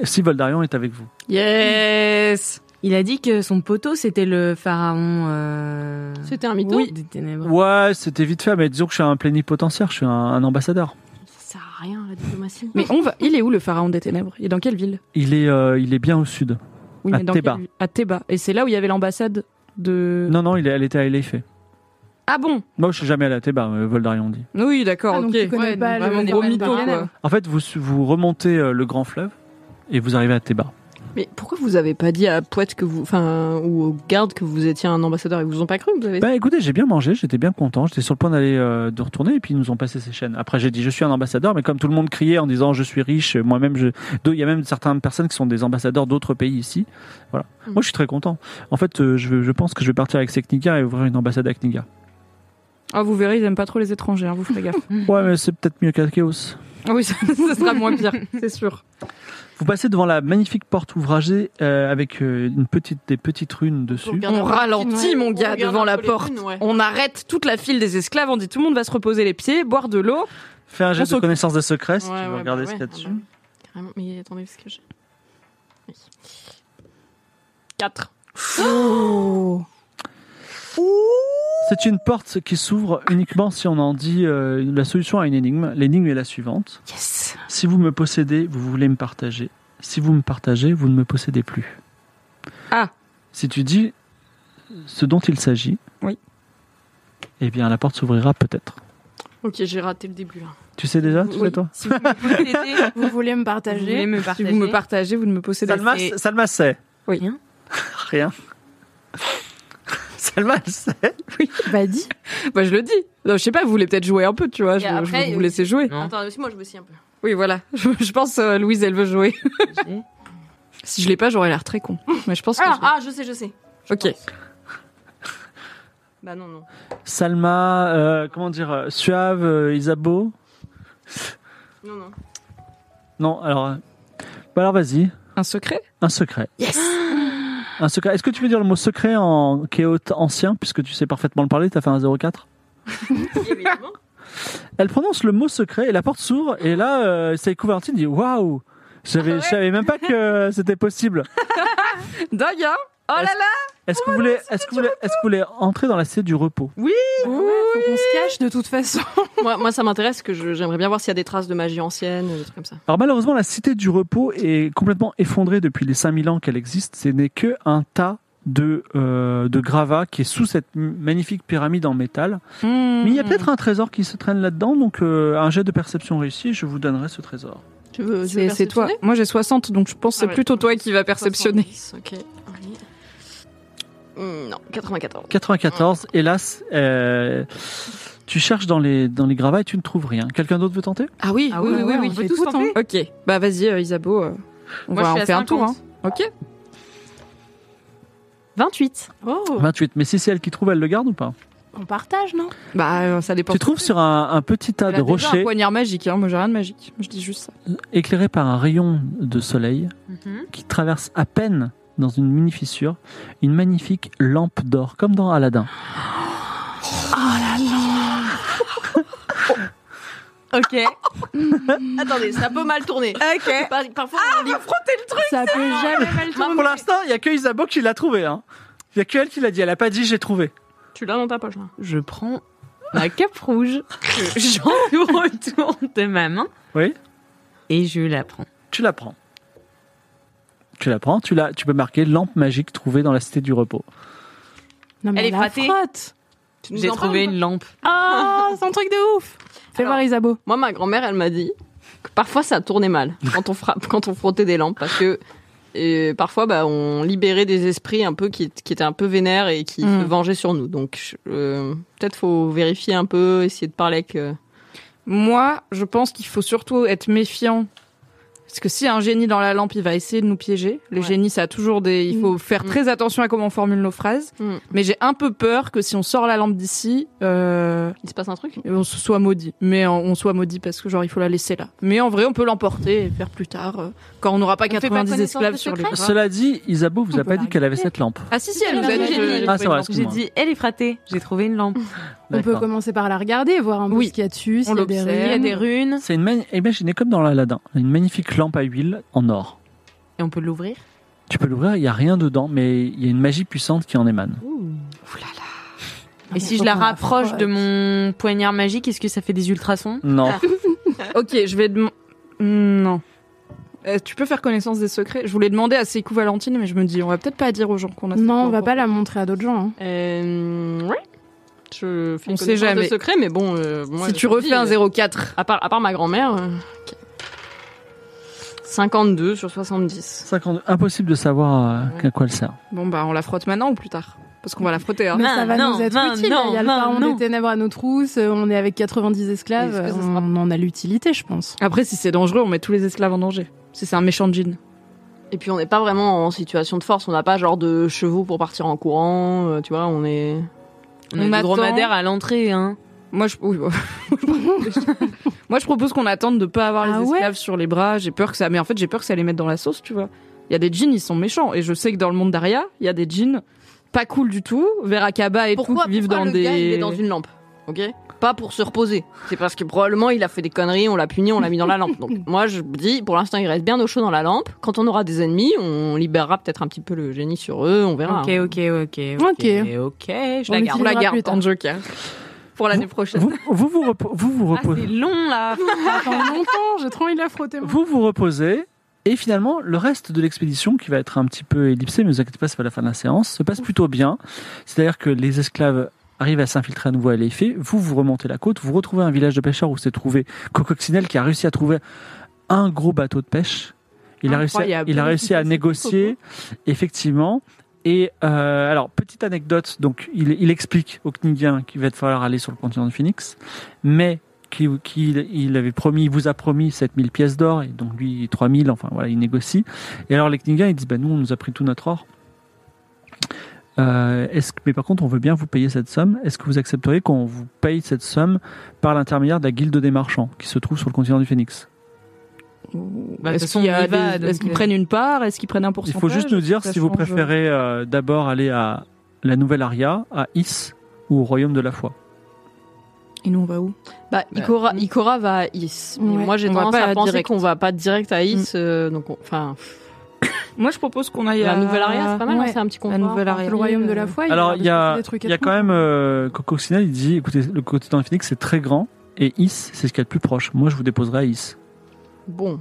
Speaker 4: Si Voldarion est avec vous.
Speaker 7: Yes
Speaker 6: Il a dit que son poteau c'était le pharaon. euh,
Speaker 3: C'était un mytho
Speaker 6: oui, des ténèbres.
Speaker 4: Ouais, c'était vite fait, mais disons que je suis un plénipotentiaire, je suis un, un ambassadeur.
Speaker 3: Ça sert à rien, la diplomatie.
Speaker 7: Mais on va. Il est où le pharaon des ténèbres Il est dans quelle ville
Speaker 4: Il est, euh, il est bien au sud.
Speaker 7: Oui,
Speaker 4: À
Speaker 7: mais dans
Speaker 4: Théba.
Speaker 7: quelle ville À Théba. Et c'est là où il y avait l'ambassade de.
Speaker 4: Non, non, il est, elle était à Elefe.
Speaker 7: Ah bon
Speaker 4: E. Moi, je suis jamais allé à Théba, euh, Voldarion dit.
Speaker 7: Oui, d'accord.
Speaker 5: Ah,
Speaker 7: ok.
Speaker 5: donc tu connais
Speaker 7: Ouais,
Speaker 5: pas
Speaker 7: donc
Speaker 5: le-
Speaker 7: vraiment
Speaker 5: les
Speaker 7: gros
Speaker 5: Romains
Speaker 7: mytho,
Speaker 5: d'Ariana.
Speaker 7: quoi.
Speaker 4: En fait, vous, vous remontez euh, le grand fleuve et vous arrivez à Théba.
Speaker 3: Mais pourquoi vous avez pas dit à Poète que vous, enfin, ou aux gardes que vous étiez un ambassadeur Ils vous ont pas cru vous avez...
Speaker 4: Bah écoutez, j'ai bien mangé, j'étais bien content, j'étais sur le point d'aller euh, de retourner et puis ils nous ont passé ces chaînes. Après j'ai dit je suis un ambassadeur, mais comme tout le monde criait en disant je suis riche, euh, moi-même je, d'où- il y a même certaines personnes qui sont des ambassadeurs d'autres pays ici. Voilà.
Speaker 3: Mm.
Speaker 4: Moi je suis très content. En fait, euh, je, je pense que je vais partir avec Sekniga et ouvrir une ambassade à Kniga.
Speaker 7: Ah, vous verrez, ils aiment pas trop les étrangers, hein, vous ferez gaffe.
Speaker 3: Mm.
Speaker 4: Ouais, mais c'est peut-être mieux qu'à Chaos.
Speaker 7: Ah oui, ça, ça sera moins pire, (laughs) c'est sûr.
Speaker 4: Vous passez devant la magnifique porte ouvragée euh, avec euh, une petite des petites runes dessus.
Speaker 7: On ralentit,
Speaker 3: Ouais,
Speaker 7: mon
Speaker 3: on
Speaker 7: gars,
Speaker 3: regarde
Speaker 7: devant
Speaker 3: un
Speaker 7: la
Speaker 3: peu les
Speaker 7: porte.
Speaker 3: runes, ouais.
Speaker 7: On arrête toute la file des esclaves, on dit tout le monde va se reposer les pieds, boire de l'eau.
Speaker 4: Fais un
Speaker 7: On
Speaker 4: jet de
Speaker 7: s'occupe.
Speaker 4: connaissance des secrets si
Speaker 3: Ouais,
Speaker 4: tu veux
Speaker 3: ouais,
Speaker 4: regarder
Speaker 3: bah
Speaker 4: ce qu'il
Speaker 3: ouais,
Speaker 4: y a
Speaker 3: ah
Speaker 4: dessus.
Speaker 3: bah oui. Carrément, mais attendez, ce que j'ai. 4.
Speaker 4: C'est une porte qui s'ouvre uniquement si on en dit euh, la solution à une énigme. L'énigme est la suivante.
Speaker 2: (laughs)
Speaker 6: Yes.
Speaker 4: Si vous me possédez, vous voulez me partager. Si vous me partagez, vous ne me possédez plus.
Speaker 7: Ah.
Speaker 4: Si tu dis ce dont il s'agit,
Speaker 7: Oui.
Speaker 4: eh bien la porte s'ouvrira peut-être.
Speaker 3: Ok, j'ai raté le début là.
Speaker 4: Tu sais déjà, tu
Speaker 7: Oui.
Speaker 4: sais toi
Speaker 7: Si vous me possédez,
Speaker 5: Vous voulez
Speaker 6: Vous voulez
Speaker 5: me partager
Speaker 6: me
Speaker 7: si
Speaker 6: partager
Speaker 7: vous me partagez, vous ne me possédez
Speaker 4: Salma,
Speaker 7: pas.
Speaker 4: c'est- Salma sait.
Speaker 7: Oui.
Speaker 2: Hein
Speaker 6: Rien.
Speaker 4: (laughs) Rien. Salma elle sait.
Speaker 5: Bah dis.
Speaker 7: Bah, je le dis. Non, je sais pas, vous voulez peut-être jouer un peu, tu vois. Je,
Speaker 3: Et
Speaker 7: je
Speaker 3: après,
Speaker 7: vous- vous laissez jouer.
Speaker 2: Non.
Speaker 3: Attends, aussi moi je me suis un peu.
Speaker 7: Oui, voilà. (laughs) Je, je pense euh, Louise, elle veut jouer. si je l'ai pas, j'aurais l'air très con. Mais je pense que.
Speaker 3: Ah,
Speaker 7: je-
Speaker 3: ah, je sais, je sais. Je
Speaker 7: Ok.
Speaker 3: (laughs) pense. Bah non, non.
Speaker 4: Salma, euh, comment dire, euh, Suave, euh, Isabeau.
Speaker 3: Non, (laughs) non.
Speaker 4: Non, alors. euh, bah alors vas-y,
Speaker 7: Un secret
Speaker 4: un secret. Yes. (gasps) Un secret. Est-ce que tu veux dire le mot secret en chaos ancien puisque tu sais parfaitement le parler, t'as fait un 04 Elle prononce le mot secret et la porte s'ouvre. Et là, euh, c'est Couvertine dit Waouh J'avais- Je savais même pas que c'était possible.
Speaker 7: Dingue, hein Oh là là
Speaker 4: Est-ce que, vous voulez, est-ce, que vous voulez, est-ce que vous voulez entrer dans la cité du repos
Speaker 5: Faut qu'on se cache de toute façon.
Speaker 3: moi, moi, ça m'intéresse que je- j'aimerais bien voir s'il y a des traces de magie ancienne, euh, des trucs comme ça.
Speaker 4: Alors malheureusement, la cité du repos est complètement effondrée depuis les 5000 ans qu'elle existe. Ce n'est que un tas de, euh, de gravats qui est sous cette m- magnifique pyramide en métal.
Speaker 7: Hmm.
Speaker 4: Mais
Speaker 7: Mm-hmm.
Speaker 4: il y a peut-être un trésor qui se traîne là-dedans, donc euh, un jet de perception réussi, je vous donnerai ce trésor.
Speaker 3: Tu veux, tu veux
Speaker 7: C'est c'est toi.
Speaker 3: perceptionner
Speaker 7: Moi j'ai 60, donc je pense que c'est
Speaker 3: Ah ouais.
Speaker 7: plutôt toi qui va perceptionner.
Speaker 3: 70, Ok. Allez. Hmm, Non, 94.
Speaker 4: 94, hélas, euh, tu cherches dans les, dans les gravats et tu ne trouves rien. Quelqu'un d'autre veut tenter
Speaker 7: Ah oui,
Speaker 6: Ah ouais, ouais, on
Speaker 7: il
Speaker 6: peut
Speaker 7: fait
Speaker 6: tous
Speaker 7: tout le
Speaker 6: tenter.
Speaker 7: temps. Ok, bah vas-y euh, Isabeau, euh, on
Speaker 2: Moi,
Speaker 7: va
Speaker 2: je suis
Speaker 7: en
Speaker 2: à
Speaker 7: faire un tour. Hein.
Speaker 2: 50.
Speaker 7: Ok.
Speaker 6: 28.
Speaker 5: Oh,
Speaker 4: 28, mais si c'est elle qui trouve, elle le garde ou pas
Speaker 5: on partage, non
Speaker 7: Bah euh, ça dépend.
Speaker 4: Tu trouves sur un, un petit tas
Speaker 7: Elle
Speaker 4: de
Speaker 7: a déjà un
Speaker 4: rochers
Speaker 7: poignard magique, hein. moi j'ai rien de magique. Je dis juste ça.
Speaker 4: éclairé par un rayon de soleil
Speaker 7: Mm-hmm.
Speaker 4: qui traverse à peine dans une mini fissure une magnifique lampe d'or, comme dans Aladdin.
Speaker 3: Ok. Attendez, ça peut mal tourner. Ok. parfois, on lit-
Speaker 1: Ça peut jamais mal
Speaker 4: Ah, Pour l'instant, il n'y a que Isabeau qui l'a trouvé. hein. Il n'y a que elle qui l'a dit. Elle n'a pas dit j'ai trouvé.
Speaker 3: tu l'as dans ta poche, là.
Speaker 2: Je prends ma cape
Speaker 6: (laughs)
Speaker 2: rouge que j'entoure autour de ma main.
Speaker 4: Oui.
Speaker 2: Et je la prends.
Speaker 4: Tu la prends. Tu la prends. Tu, la, tu peux marquer lampe magique trouvée dans la cité du repos.
Speaker 5: Non, mais
Speaker 2: Elle est
Speaker 5: la
Speaker 2: frappée.
Speaker 5: frotte. Tu nous
Speaker 2: J'ai
Speaker 5: en parles
Speaker 2: trouvé
Speaker 5: ou
Speaker 2: une lampe.
Speaker 5: pas Ah, c'est un truc de ouf. Fais
Speaker 3: Alors,
Speaker 5: voir Isabeau.
Speaker 3: Moi, ma grand-mère, elle m'a dit que parfois ça tournait mal quand on, frappe, quand on frottait des lampes parce que euh, parfois bah, on libérait des esprits un peu qui, qui étaient un peu vénères et qui
Speaker 7: Mm.
Speaker 3: se vengeaient sur nous. Donc euh, peut-être faut vérifier un peu, essayer de parler avec. euh,
Speaker 7: Moi, je pense qu'il faut surtout être méfiant. Parce que si un génie dans la lampe, il va essayer de nous piéger. Le
Speaker 3: Ouais.
Speaker 7: génie, ça a toujours des. Il faut faire très attention à comment on formule nos phrases.
Speaker 3: Mm.
Speaker 7: Mais j'ai un peu peur que si on sort la lampe d'ici, euh,
Speaker 3: Il se passe un truc.
Speaker 7: on se soit maudit. Mais on on soit maudit parce que genre il faut la laisser là. Mais en vrai, on peut l'emporter et faire plus tard euh, quand on n'aura pas
Speaker 6: fait pas
Speaker 7: 90
Speaker 6: connaissance
Speaker 7: esclaves
Speaker 6: de
Speaker 7: sur les
Speaker 6: secret
Speaker 7: bras.
Speaker 4: Cela dit, Isabeau vous
Speaker 5: On
Speaker 4: a
Speaker 5: peut
Speaker 4: pas
Speaker 5: la
Speaker 4: dit qu'elle avait cette lampe.
Speaker 7: Ah si si, elle nous
Speaker 5: Ah,
Speaker 7: a dit.
Speaker 5: j'ai
Speaker 7: je-
Speaker 5: dit.
Speaker 4: Ah, c'est vrai,
Speaker 2: J'ai
Speaker 4: excuse-moi.
Speaker 2: dit, elle est frappée. J'ai trouvé une lampe.
Speaker 5: On peut
Speaker 4: D'accord.
Speaker 5: commencer par la regarder, voir un peu
Speaker 7: Oui.
Speaker 5: ce qu'il y a dessus,
Speaker 7: On
Speaker 5: s'il y a des
Speaker 7: l'observe. Il y a
Speaker 5: ruines.
Speaker 7: des
Speaker 2: runes.
Speaker 4: C'est une mani- imaginez comme dans Aladdin, une magnifique lampe à huile en or.
Speaker 2: Et on peut l'ouvrir.
Speaker 4: Tu peux l'ouvrir, il n'y a rien dedans, mais il y a une magie puissante qui en émane.
Speaker 5: Ah,
Speaker 2: Et si je la rapproche de mon poignard magique, est-ce que ça fait des ultrasons
Speaker 4: Non,
Speaker 5: Ah.
Speaker 7: Ok, je vais demander. hmm, Non. Euh, tu peux faire connaissance des secrets. Je voulais demander à Sekou Valentine, mais je me dis, on va peut-être pas dire aux gens qu'on a.
Speaker 5: Non,
Speaker 7: Sekou
Speaker 5: on va
Speaker 7: en
Speaker 5: pas la montrer à d'autres gens. hein.
Speaker 3: Euh, ouais. Je fais
Speaker 7: On sait
Speaker 3: connaissance
Speaker 7: jamais.
Speaker 3: De secret, mais bon. euh, moi,
Speaker 7: si
Speaker 3: je
Speaker 7: tu
Speaker 3: te
Speaker 7: refais
Speaker 3: dis,
Speaker 7: un
Speaker 3: euh,
Speaker 7: 04.
Speaker 3: À part, à part ma grand-mère. euh, ok. 52 sur 70.
Speaker 4: 52, impossible de savoir euh, à quoi elle sert.
Speaker 7: Bon bah on la frotte maintenant ou plus tard Parce qu'on va la frotter. Hein.
Speaker 5: Mais
Speaker 2: Mince,
Speaker 5: ça va
Speaker 2: non,
Speaker 5: nous être
Speaker 2: mince,
Speaker 5: utile.
Speaker 2: non,
Speaker 5: Il y a le
Speaker 2: mince,
Speaker 5: baron
Speaker 2: non.
Speaker 5: des ténèbres à nos trousses, euh, on est avec 90
Speaker 3: Est-ce
Speaker 5: esclaves.
Speaker 3: que ça sera-
Speaker 5: On en a l'utilité, je pense.
Speaker 7: Après si c'est dangereux, on met tous les esclaves en danger. Si c'est un méchant djinn.
Speaker 3: Et puis on n'est pas vraiment en situation de force, on n'a pas genre de chevaux pour partir en courant, euh, tu vois, on est...
Speaker 2: On
Speaker 7: On
Speaker 2: a des
Speaker 7: attend.
Speaker 2: dromadaires à l'entrée, hein.
Speaker 7: Moi je oui, (laughs) Moi je propose qu'on attende de pas avoir
Speaker 5: Ah
Speaker 7: les
Speaker 5: ouais
Speaker 7: esclaves sur les bras, j'ai peur que ça mais en fait j'ai peur que ça les mette dans la sauce, tu vois. Il y a des djinns, ils sont méchants et je sais que dans le monde d'Aria, il y a des djinns pas cool du tout, Verakaba et tout qui vivent dans
Speaker 3: le
Speaker 7: des
Speaker 3: gars, il est dans une lampe, ok Pas pour se reposer, c'est parce que probablement il a fait des conneries, on l'a puni, on l'a mis dans
Speaker 7: (laughs)
Speaker 3: la lampe. Donc moi je me dis, pour l'instant il reste bien au chaud dans la lampe, quand on aura des ennemis, on libérera peut-être un petit peu le génie sur eux, on verra. hein.
Speaker 2: Ok, ok, ok.
Speaker 5: Ok.
Speaker 2: Ok, je
Speaker 5: On
Speaker 2: la
Speaker 5: les
Speaker 2: garde.
Speaker 7: Ah. On
Speaker 5: utilisera
Speaker 7: la garde
Speaker 5: plus tard.
Speaker 7: en joker. Pour l'année prochaine.
Speaker 4: Vous vous, vous, repo- vous, vous
Speaker 2: Ah, c'est
Speaker 4: reposez.
Speaker 2: long, là.
Speaker 5: Pendant longtemps, j'ai trop envie de la frotter. moi.
Speaker 4: vous vous reposez. Et finalement, le reste de l'expédition, qui va être un petit peu ellipsée, mais ne vous inquiétez pas, c'est pas la fin de la séance, se passe plutôt bien. C'est-à-dire que les esclaves arrivent à s'infiltrer à nouveau à l'effet. Vous, vous remontez la côte, vous retrouvez un village de pêcheurs où s'est trouvé Cococcinelle qui a réussi à trouver un gros bateau de pêche. Il a réussi, à,
Speaker 7: Incroyable.
Speaker 4: il a réussi à négocier, effectivement. Et euh, alors, petite anecdote, donc il, il explique aux Knigien qu'il va falloir aller sur le continent du Phoenix, mais qu'il qu'il- il avait promis, il vous a promis 7000 pièces d'or, et donc lui 3000, enfin voilà, il négocie. Et alors les Knigien, ils disent, ben nous, on nous a pris tout notre or. Euh, est-ce que, mais par contre, on veut bien vous payer cette somme. Est-ce que vous accepteriez qu'on vous paye cette somme par l'intermédiaire de la Guilde des Marchands, qui se trouve sur le continent du Phoenix
Speaker 2: Bah, de
Speaker 7: Est-ce
Speaker 2: toute façon,
Speaker 7: qu'il y a
Speaker 2: on y va,
Speaker 7: des-
Speaker 2: donc,
Speaker 7: est-ce qu'ils
Speaker 2: euh,
Speaker 7: prennent une part Est-ce qu'ils prennent un
Speaker 4: Il
Speaker 7: pourcentage
Speaker 4: faut juste nous dire
Speaker 7: ça
Speaker 4: si vous
Speaker 7: change.
Speaker 4: préférez euh, d'abord aller à la Nouvelle Aria, à Is ou au Royaume de la Foi.
Speaker 5: Et nous, on va où
Speaker 3: Bah, Ikora, Ikora va à Is. Mais
Speaker 5: Ouais.
Speaker 3: Moi, j'ai
Speaker 7: hmm. On va
Speaker 3: tendance
Speaker 7: pas
Speaker 3: à
Speaker 7: à
Speaker 3: penser
Speaker 7: direct. Hmm.
Speaker 3: qu'on va pas direct à Is. euh, donc, on- enfin,
Speaker 7: Moi, je propose qu'on aille
Speaker 3: la
Speaker 7: à
Speaker 3: nouvelle aria, c'est pas mal, hein,
Speaker 5: ouais.
Speaker 3: c'est un petit
Speaker 7: La
Speaker 3: confort.
Speaker 7: nouvelle aria.
Speaker 5: Le royaume de la foi.
Speaker 4: Alors, il y a,
Speaker 5: des trucs
Speaker 4: il y a quand même euh, Coco Sinel, il dit écoutez, le côté dans Phoenix, c'est très grand. Et Is, c'est ce qu'il y a de plus proche. Moi, je vous déposerai à Is.
Speaker 3: Bon.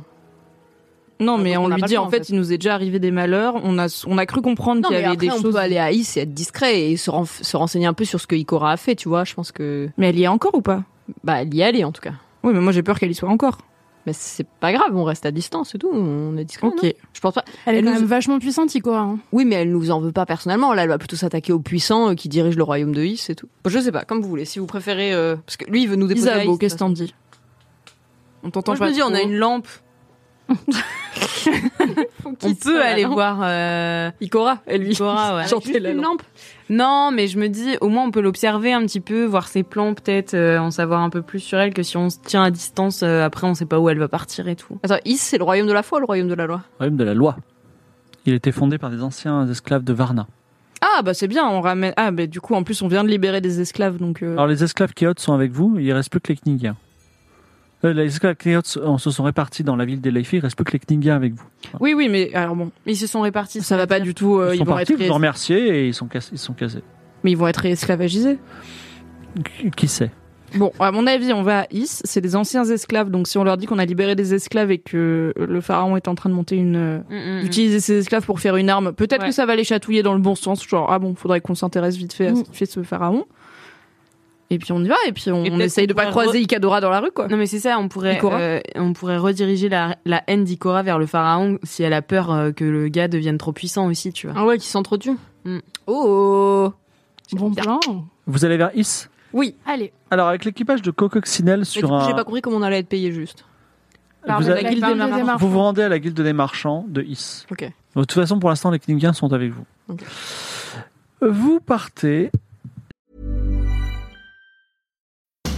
Speaker 7: Non,
Speaker 3: Ah,
Speaker 7: mais
Speaker 3: donc on
Speaker 7: on
Speaker 3: n'a
Speaker 7: lui
Speaker 3: pas le
Speaker 7: dit
Speaker 3: choix,
Speaker 7: en
Speaker 3: en
Speaker 7: fait,
Speaker 3: fait.
Speaker 7: il nous est déjà arrivé des malheurs. On a, on a cru comprendre
Speaker 3: Non,
Speaker 7: qu'il y
Speaker 3: mais
Speaker 7: avait
Speaker 3: après,
Speaker 7: des
Speaker 3: on
Speaker 7: choses.
Speaker 3: peut aller à Is et être discret et se, renf- se renseigner un peu sur ce que Ikora a fait, tu vois. Je pense que.
Speaker 7: Mais elle y est encore ou pas
Speaker 3: Bah, elle y aller en tout cas.
Speaker 7: Oui, mais moi j'ai peur qu'elle y soit encore.
Speaker 3: Mais c'est pas grave, on reste à distance et tout, on est discret. non
Speaker 7: ok.
Speaker 3: je pense pas.
Speaker 5: Elle est
Speaker 3: Elle
Speaker 5: quand
Speaker 3: nous-
Speaker 5: même vachement puissante, Ikora. hein.
Speaker 3: Oui, mais elle nous en veut pas personnellement. Là, elle va plutôt s'attaquer aux puissants euh, qui dirigent le royaume de Is et tout. Bon, je sais pas, comme vous voulez. Si vous préférez. euh, Parce que lui, il veut nous déposer. à Is,
Speaker 7: Isabeau,
Speaker 3: de toute
Speaker 7: qu'est-ce que t'en dis On t'entend
Speaker 6: Moi, je
Speaker 7: pas.
Speaker 6: me dis, on a
Speaker 7: trop.
Speaker 6: une
Speaker 7: (laughs)
Speaker 6: lampe. on peut aller voir euh,
Speaker 3: Ikora, et lui.
Speaker 6: Ikora, ouais.
Speaker 3: Chanter la
Speaker 6: Une
Speaker 3: lampe.
Speaker 6: lampe. Non, mais je me dis, au moins on peut l'observer un petit peu, voir ses plans peut-être, euh, en savoir un peu plus sur elle que si on se tient à distance. euh, après, on sait pas où elle va partir et tout.
Speaker 3: Attends, Is, c'est le royaume de la foi ou le royaume de la loi
Speaker 4: Royaume de la loi. Il était fondé par des anciens esclaves de Varna.
Speaker 7: Ah bah c'est bien, on ramène. Ah bah du coup en plus on vient de libérer des esclaves donc. euh,
Speaker 4: Alors, les esclaves Kéots sont avec vous. Il reste plus que les Kningiens. Euh, les esclaves Kéots on se sont répartis dans la ville d'Eleifi. Il reste plus que les Kningiens avec vous.
Speaker 7: Oui oui mais alors bon
Speaker 6: Ils se sont répartis.
Speaker 7: ça va pas du tout. euh,
Speaker 4: Ah. Ils
Speaker 7: ils,
Speaker 4: sont
Speaker 7: vont
Speaker 4: partis,
Speaker 7: être
Speaker 4: vous en remerciez et ils sont cassés. Ils sont cassés.
Speaker 7: mais ils vont être esclavagisés.
Speaker 4: Qui- Qui sait
Speaker 7: Bon à mon avis on va à Is, c'est des anciens esclaves donc si on leur dit qu'on a libéré des esclaves et que le pharaon est en train de monter une euh,
Speaker 6: Mm,
Speaker 7: d'utiliser ses esclaves pour faire une arme. Peut-être
Speaker 6: Mhm. Ouais.
Speaker 7: que ça va les chatouiller dans le bon sens, genre ah bon, faudrait qu'on s'intéresse vite fait à ce
Speaker 6: Mm.
Speaker 7: qu'il fait ce pharaon. Et puis on y va, et puis on,
Speaker 6: Et peut-être
Speaker 7: essaye
Speaker 6: qu'on
Speaker 7: de pas
Speaker 6: pourrait
Speaker 7: croiser Ikadora dans la rue, quoi.
Speaker 6: Non mais c'est ça, on pourrait,
Speaker 7: Ikora
Speaker 6: euh, on pourrait rediriger la, la haine d'Ikora vers le pharaon si elle a peur euh, que le gars devienne trop puissant aussi, tu vois.
Speaker 3: Ah ouais, qui s'entretue
Speaker 6: Hmm.
Speaker 3: Oh
Speaker 5: Bon plan.
Speaker 4: Vous allez vers Is
Speaker 5: Allez.
Speaker 4: Alors, avec l'équipage de Cocoxinel
Speaker 3: Mais du
Speaker 4: sur
Speaker 3: coup,
Speaker 4: un.
Speaker 3: j'ai pas compris comment on allait être payé juste.
Speaker 5: Par
Speaker 4: vous,
Speaker 5: le-
Speaker 4: allez-
Speaker 5: la
Speaker 7: guilde
Speaker 5: guilde
Speaker 7: des
Speaker 5: des
Speaker 7: marchands.
Speaker 5: marchands.
Speaker 4: vous vous rendez à la guilde des marchands de Is.
Speaker 3: Ok.
Speaker 4: De toute façon, pour l'instant, les Kningiens sont avec vous.
Speaker 3: Ok.
Speaker 4: Vous partez.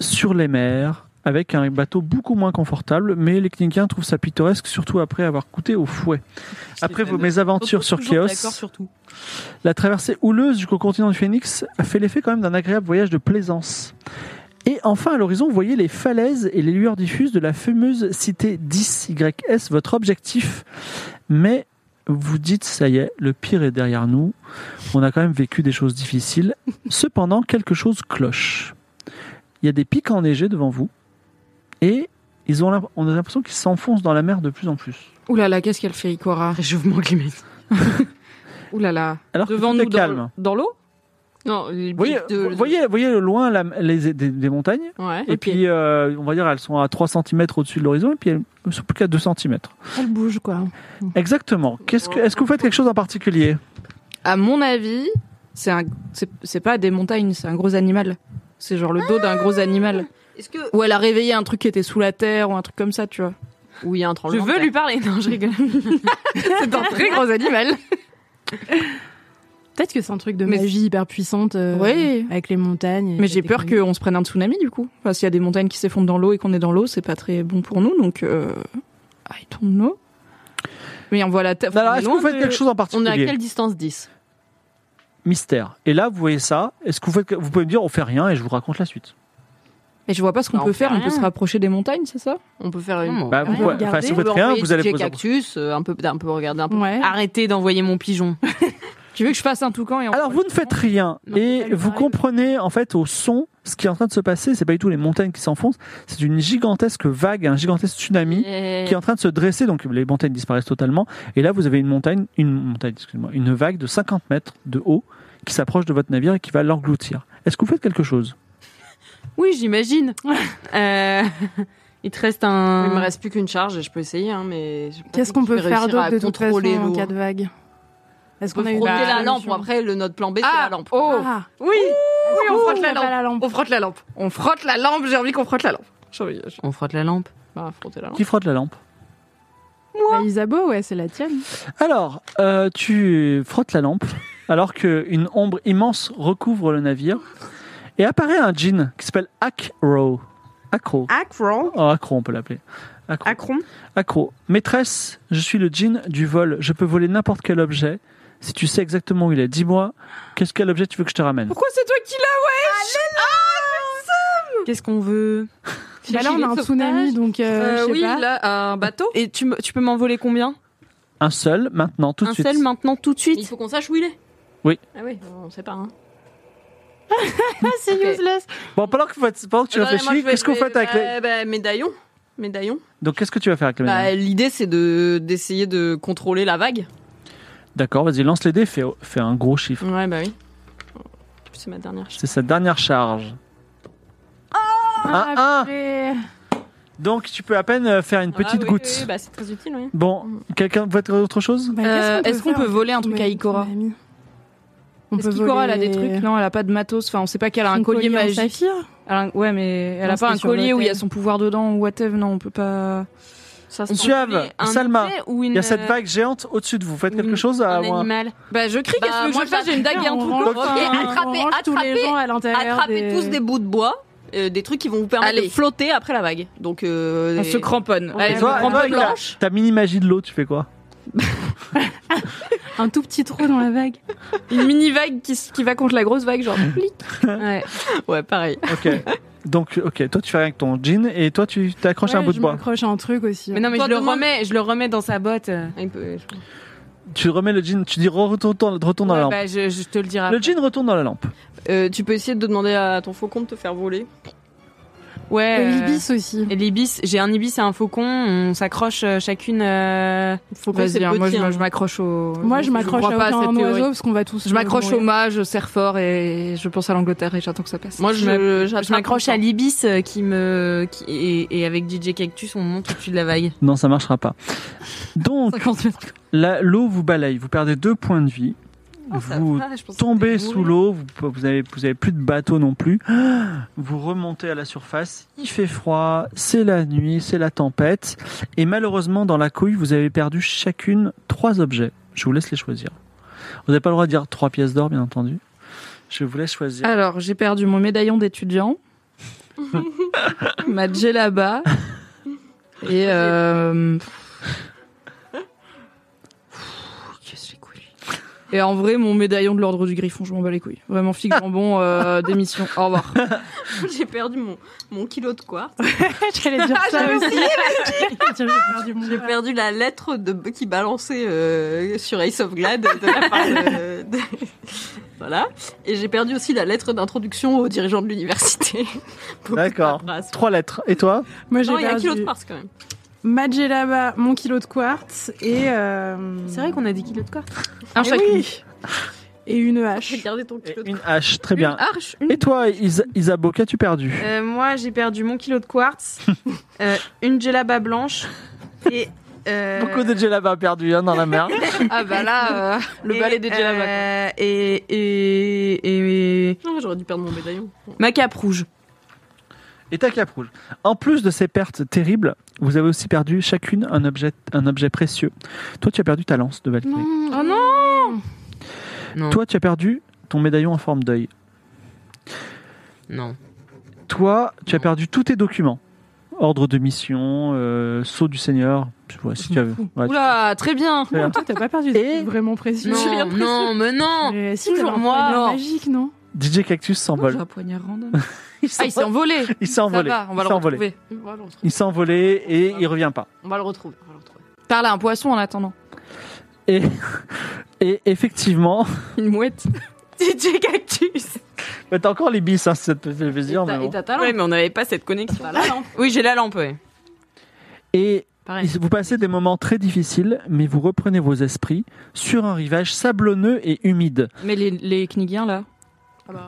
Speaker 4: sur les mers avec un bateau beaucoup moins confortable, mais les Kningiens trouvent ça pittoresque, surtout après avoir coûté au fouet. Après vos mésaventures sur Chaos, la traversée houleuse du continent du Phénix a fait l'effet quand même d'un agréable voyage de plaisance. Et enfin, à l'horizon, vous voyez les falaises et les lueurs diffuses de la fameuse cité 10YS, votre objectif. Mais vous dites, ça y est, le pire est derrière nous. On a quand même vécu des choses
Speaker 7: (laughs)
Speaker 4: difficiles. Cependant, quelque chose cloche il y a des pics enneigés devant vous et ils ont l'imp- on a l'impression qu'ils s'enfoncent dans la mer de plus en plus.
Speaker 7: Ouh là là, qu'est-ce qu'elle fait, Ikora
Speaker 6: Réchauffement
Speaker 7: (laughs)
Speaker 6: climatique.
Speaker 7: Ouh là là.
Speaker 4: Alors que
Speaker 7: Devant
Speaker 4: tout est
Speaker 7: nous, dans-
Speaker 4: calme.
Speaker 7: dans l'eau
Speaker 3: Non, les
Speaker 4: Vous voyez,
Speaker 3: bits de-
Speaker 4: vous voyez, vous voyez au loin la- les, des, des montagnes
Speaker 3: Ouais.
Speaker 4: et puis euh, on va dire elles sont à 3 cm au-dessus de l'horizon et puis elles ne sont plus qu'à 2 cm.
Speaker 5: Elle bouge, quoi.
Speaker 4: Exactement. Qu'est-ce que est-ce que vous faites quelque chose en particulier
Speaker 7: À mon avis, c'est un, c'est- c'est pas des montagnes, c'est un gros animal. C'est genre le dos d'un gros animal.
Speaker 3: Est-ce que.
Speaker 7: Ou elle a réveillé un truc qui était sous la terre ou un truc comme ça, tu vois.
Speaker 3: Oui, il y a un
Speaker 6: Je
Speaker 3: tremblement. de
Speaker 6: veux
Speaker 3: terre.
Speaker 6: lui parler. Non, je rigole.
Speaker 7: C'est un très gros animal.
Speaker 5: (laughs) Peut-être que c'est un truc de
Speaker 7: Mais-
Speaker 5: magie hyper puissante. euh,
Speaker 7: Ouais.
Speaker 5: Avec les montagnes. et
Speaker 7: (laughs)
Speaker 5: la
Speaker 7: Mais j'ai peur
Speaker 5: technologie.
Speaker 7: qu'on se prenne un tsunami du coup. Enfin, s'il y a des montagnes qui s'effondrent dans l'eau et qu'on est dans l'eau, c'est pas très bon pour nous. Donc, euh... I don't know. Mais on voit la tête.
Speaker 4: Alors, est-ce que vous faites quelque chose en
Speaker 3: On est à
Speaker 4: particulier
Speaker 3: quelle distance 10
Speaker 4: Mystère. Et là, vous voyez ça. Est-ce que vous faites Vous pouvez me dire, on fait rien et je vous raconte la suite.
Speaker 7: Mais je vois pas ce qu'on
Speaker 3: Non,
Speaker 7: peut
Speaker 3: on
Speaker 7: faire.
Speaker 3: fait
Speaker 7: On peut
Speaker 3: rien.
Speaker 7: se rapprocher des montagnes, c'est ça
Speaker 3: On peut faire une.
Speaker 6: Non,
Speaker 4: Bah,
Speaker 6: on
Speaker 4: vous
Speaker 6: peut
Speaker 4: pouvez-
Speaker 5: regarder.
Speaker 4: enfin, si vous
Speaker 3: On peut
Speaker 4: faites rien,
Speaker 3: envoyer
Speaker 4: vous allez
Speaker 3: DJ
Speaker 4: poser.
Speaker 3: cactus, euh, un peu, un peu regarder un peu.
Speaker 5: Ouais.
Speaker 6: Arrêtez d'envoyer mon
Speaker 3: (laughs)
Speaker 6: pigeon.
Speaker 7: Ah. Tu veux que je fasse un toucan et on-
Speaker 4: Alors vous ne faites rien
Speaker 7: Non,
Speaker 4: et
Speaker 7: elle lui
Speaker 4: vous
Speaker 7: parle.
Speaker 4: comprenez en fait au son ce qui est en train de se passer. C'est pas du tout les montagnes qui s'enfoncent, c'est une gigantesque vague, un gigantesque tsunami
Speaker 3: Et-
Speaker 4: qui est en train de se dresser. Donc les montagnes disparaissent totalement et là vous avez une montagne, une montagne, excusez-moi, une vague de 50 mètres de haut qui s'approche de votre navire et qui va l'engloutir. Est-ce que vous faites quelque chose
Speaker 6: Oui, j'imagine. Euh, (laughs) il te reste un.
Speaker 3: Il me reste plus qu'une charge et je peux essayer, hein, mais. j'ai pas
Speaker 5: Qu'est-ce
Speaker 3: compris
Speaker 5: qu'on peut
Speaker 3: que je vais
Speaker 5: faire
Speaker 3: réussir
Speaker 5: d'autre
Speaker 3: à
Speaker 5: de toute façon
Speaker 3: contrôler
Speaker 5: en
Speaker 3: l'eau.
Speaker 5: cas de vague Est-ce
Speaker 3: On
Speaker 5: qu'on
Speaker 3: peut
Speaker 5: a eu
Speaker 3: frotter
Speaker 5: d'autres
Speaker 3: la lampe.
Speaker 5: solutions
Speaker 3: Après, le, notre plan B, c'est
Speaker 7: Ah,
Speaker 3: la lampe.
Speaker 7: oh
Speaker 5: Ah,
Speaker 7: oui, on frotte la
Speaker 6: Ouh,
Speaker 7: lampe.
Speaker 6: la
Speaker 7: On frotte la lampe. On frotte la lampe. J'ai envie qu'on frotte la lampe.
Speaker 6: On frotte la lampe.
Speaker 7: Bah, frotter la lampe.
Speaker 4: Qui frotte la lampe
Speaker 5: Bah,
Speaker 1: Moi Isabeau, ouais, c'est la tienne.
Speaker 4: Alors, euh, tu frottes la lampe, alors qu'une ombre immense recouvre le navire, et apparaît un djinn qui s'appelle Akro. Akro.
Speaker 5: Acron.
Speaker 4: Oh, Akro, on peut l'appeler. Akro.
Speaker 5: Acron.
Speaker 4: Akro. Maîtresse, je suis le djinn du vol. Je peux voler n'importe quel objet. Si tu sais exactement où il est, dis-moi, qu'est-ce quel objet tu veux que je te ramène
Speaker 6: Pourquoi c'est toi qui l'as, wesh Ah, Qu'est-ce qu'on veut
Speaker 1: Bah là, on a un tsunami, donc euh,
Speaker 6: Euh,
Speaker 1: je sais
Speaker 6: oui,
Speaker 1: pas.
Speaker 6: là, un bateau. Et tu, me- tu peux m'envoler combien
Speaker 4: Un seul, maintenant, tout de
Speaker 6: Un
Speaker 4: suite.
Speaker 6: seul maintenant, tout de suite
Speaker 3: Il faut qu'on sache où il est.
Speaker 4: Oui.
Speaker 3: Ah oui, on sait pas. Hein.
Speaker 5: c'est
Speaker 3: Ok.
Speaker 5: useless.
Speaker 4: Bon, pendant que, vous faites- pendant que tu
Speaker 3: Bah, moi, je
Speaker 4: réfléchis,
Speaker 3: vais-
Speaker 4: qu'est-ce que vous
Speaker 3: je vais-
Speaker 4: faites avec les...
Speaker 3: bah, bah, médaillon. Médaillon.
Speaker 4: Donc, qu'est-ce que tu vas faire avec les
Speaker 3: Bah, L'idée, c'est de d'essayer de contrôler la vague.
Speaker 4: D'accord, vas-y, lance les dés, fais, fais un gros chiffre.
Speaker 3: Ouais, bah oui. C'est ma dernière chose.
Speaker 4: C'est sa dernière charge. Ah,
Speaker 1: purée.
Speaker 4: Donc, tu peux à peine euh, faire une petite
Speaker 3: oui,
Speaker 4: goutte.
Speaker 3: oui, oui, bah, c'est très utile, oui.
Speaker 4: Bon, quelqu'un veut faire autre chose
Speaker 1: Bah, qu'est-ce
Speaker 7: Euh,
Speaker 1: qu'on
Speaker 7: Est-ce qu'on
Speaker 1: faire
Speaker 7: peut voler un truc
Speaker 1: Mais-
Speaker 7: à Ikora
Speaker 1: On
Speaker 7: Est-ce
Speaker 1: peut
Speaker 7: qu'Ikora, elle a des
Speaker 1: voler-
Speaker 7: trucs Non, elle a pas de matos. Enfin, on sait pas qu'elle a
Speaker 1: Son
Speaker 7: un collier
Speaker 1: en
Speaker 7: magique.
Speaker 1: saphir
Speaker 7: Elle a un- Ouais, mais
Speaker 1: Non,
Speaker 7: elle a pas
Speaker 1: c'était
Speaker 7: un
Speaker 1: sur le
Speaker 7: collier où il y a
Speaker 1: thème.
Speaker 7: son pouvoir dedans ou whatever. Non, on peut pas.
Speaker 6: Ça
Speaker 4: Monsieur Ave, Salma, il y a cette vague géante au-dessus de vous. Faites quelque chose à
Speaker 6: euh, Un
Speaker 4: moi.
Speaker 6: animal. Bah, je crie,
Speaker 3: Bah,
Speaker 6: qu'est-ce que je
Speaker 3: moi,
Speaker 6: veux faire J'ai une dague et un
Speaker 1: on
Speaker 6: truc.
Speaker 1: range-
Speaker 4: Ok,
Speaker 1: enfin, on
Speaker 3: attrapez,
Speaker 1: range tous les
Speaker 3: attrapez,
Speaker 1: gens à l'intérieur.
Speaker 3: Attrapez
Speaker 1: des-
Speaker 3: tous des bouts de bois, euh, des trucs qui vont vous permettre
Speaker 7: Allez.
Speaker 3: de flotter après la vague. Donc, euh,
Speaker 7: On
Speaker 3: des-
Speaker 7: se cramponne.
Speaker 3: Ouais,
Speaker 7: Allez,
Speaker 4: Et toi,
Speaker 3: je me
Speaker 4: et toi,
Speaker 3: prends
Speaker 4: avec ta-
Speaker 3: blanche.
Speaker 4: ta mini magie de l'eau, tu fais quoi
Speaker 1: Un tout petit trou dans la vague.
Speaker 7: Une mini vague qui, s- qui va contre la grosse vague, genre. plic.
Speaker 6: Ouais.
Speaker 3: (laughs) Ouais, pareil.
Speaker 6: (laughs)
Speaker 4: Ok. Donc, ok, toi tu fais rien avec ton jean et toi tu t'accroches à un
Speaker 1: Ouais,
Speaker 4: bout de
Speaker 1: je
Speaker 4: bois.
Speaker 1: m'accroche à un truc aussi.
Speaker 5: hein.
Speaker 6: Mais non, mais
Speaker 3: Toi,
Speaker 6: je le,
Speaker 3: demande-
Speaker 6: remets, je le remets dans sa botte.
Speaker 3: Un peu, Ah, je-
Speaker 4: Tu remets le jean, tu dis re- retourne, dans- retourne dans la
Speaker 6: Ouais,
Speaker 4: lampe.
Speaker 6: bah, je, je te le dirai.
Speaker 4: le
Speaker 6: après.
Speaker 4: jean retourne dans la lampe.
Speaker 3: Euh, tu peux essayer de demander à ton faucon de te faire voler. (laughs)
Speaker 6: Ouais.
Speaker 1: Et
Speaker 6: euh,
Speaker 1: l'ibis aussi.
Speaker 6: Et l'ibis, j'ai un ibis et un faucon, on s'accroche euh, chacune. euh,
Speaker 3: Faucon,
Speaker 7: Vas-y, hein, moi je,
Speaker 3: hein.
Speaker 7: je m'accroche au.
Speaker 1: Moi, je m'accroche
Speaker 7: crois
Speaker 1: à
Speaker 7: pas cette
Speaker 1: aucun
Speaker 7: théorie.
Speaker 1: oiseau parce qu'on va tous.
Speaker 7: Je m'accroche
Speaker 5: (laughs)
Speaker 7: au
Speaker 1: mât.
Speaker 7: mât, je serre fort et je pense à l'Angleterre et j'attends que ça passe.
Speaker 3: Moi, je,
Speaker 6: Je m'accroche à l'ibis euh, qui me. Qui, et, et avec DJ Cactus, on monte au-dessus de la vague.
Speaker 4: Non, ça marchera pas.
Speaker 6: (laughs)
Speaker 4: Donc,
Speaker 7: 50 mètres.
Speaker 4: la- l'eau vous balaye, vous perdez deux points de vie.
Speaker 6: Oh, Ah,
Speaker 4: vous tombez sous l'eau, vous pe- vous avez, vous avez plus de bateau non plus. (gasps) Vous remontez à la surface, il fait froid, c'est la nuit, c'est la tempête. Et malheureusement, dans la couille, vous avez perdu chacune trois objets. Je vous laisse les choisir. Vous n'avez pas le droit de dire trois pièces d'or, bien entendu. Je vous laisse choisir.
Speaker 7: Alors, j'ai perdu mon médaillon d'étudiant, ma djellaba et. Euh... Qu'est-ce que les couilles Et en vrai, mon médaillon de l'ordre du griffon, je m'en bats les couilles. Vraiment, figue jambon, euh, démission. Au revoir.
Speaker 3: J'ai perdu mon, mon kilo de quoi
Speaker 1: J'allais dire ça aussi.
Speaker 5: (laughs)
Speaker 1: J'avais perdu mon
Speaker 3: J'ai
Speaker 1: bras.
Speaker 3: perdu la lettre de, qui balançait euh, sur Ace of Glad de la part de- de- (laughs) Voilà. Et j'ai perdu aussi la lettre d'introduction au dirigeant de l'université. (laughs) Beaucoup de
Speaker 4: D'accord.
Speaker 3: paperasse.
Speaker 4: Trois lettres. Et toi
Speaker 1: Moi, j'ai
Speaker 3: Non, il y a un kilo de
Speaker 1: perdu
Speaker 3: farce quand même.
Speaker 5: Ma djellaba, mon kilo de quartz et. euh,
Speaker 6: C'est vrai qu'on a des kilos de quoi
Speaker 7: Un
Speaker 5: eh
Speaker 7: chacune.
Speaker 5: oui. Et une hache.
Speaker 3: J'ai gardé ton kilo de
Speaker 4: Une hache, très bien.
Speaker 6: Arche,
Speaker 4: Et toi, Isa- Isabeau, qu'as-tu perdu
Speaker 6: Euh, moi, j'ai perdu mon kilo de quartz, euh, une gelaba blanche et. euh, (laughs)
Speaker 4: Beaucoup de djellaba perdu hein, dans la mer.
Speaker 7: Ah bah là, euh, le
Speaker 6: et,
Speaker 7: balai des djellaba. quoi.
Speaker 6: euh, et, et, et.
Speaker 3: Non, J'aurais dû perdre mon médaillon.
Speaker 6: Ma cape rouge.
Speaker 4: Et ta cape rouge. En plus de ces pertes terribles, vous avez aussi perdu chacune un objet, un objet précieux. Toi, tu as perdu ta lance de Valkyrie.
Speaker 1: Oh non
Speaker 6: Non.
Speaker 4: Toi, tu as perdu ton médaillon en forme d'œil.
Speaker 6: Non.
Speaker 4: Toi, tu as perdu tous tes documents. Ordre de mission, euh, sceau du Seigneur. Je vois, si tu avais- ouais,
Speaker 7: Oula, très bien.
Speaker 4: Voilà.
Speaker 5: Non, toi, t'as pas perdu des
Speaker 4: Et-
Speaker 5: trucs vraiment précieux.
Speaker 6: Non, (laughs) non, mais non
Speaker 5: Mais si,
Speaker 6: Toujours
Speaker 5: t'avais un
Speaker 6: moi.
Speaker 5: poignard
Speaker 6: Non.
Speaker 5: magique, non
Speaker 4: DJ Cactus
Speaker 7: J'ai
Speaker 4: s'envole.
Speaker 7: un poignard random.
Speaker 4: Il
Speaker 7: (laughs) Ah, il s'est
Speaker 4: s'envole.
Speaker 7: envolé.
Speaker 4: Il s'est
Speaker 7: Ça
Speaker 4: envolé.
Speaker 7: va, on va
Speaker 4: Il
Speaker 7: le
Speaker 4: s'est envolé.
Speaker 7: retrouver.
Speaker 3: On va le retrouver.
Speaker 4: Il s'est envolé et il revient pas.
Speaker 3: On va le retrouver. on va le retrouver.
Speaker 7: Parle à un poisson en attendant.
Speaker 4: Et, et effectivement, (laughs)
Speaker 7: Une mouette.
Speaker 6: DJ Cactus
Speaker 4: bah, t'as encore les bis, hein, ça te fait plaisir.
Speaker 3: Et ta-
Speaker 4: mais
Speaker 3: Et
Speaker 4: bon.
Speaker 3: ta talent.
Speaker 6: Ouais, mais on n'avait pas cette connexion.
Speaker 3: T'as la lampe.
Speaker 6: Oui, j'ai la lampe, ouais.
Speaker 4: Et
Speaker 6: Pareil.
Speaker 4: vous passez des moments très difficiles, mais vous reprenez vos esprits sur un rivage sablonneux et humide.
Speaker 7: Mais les, les Knigiens, là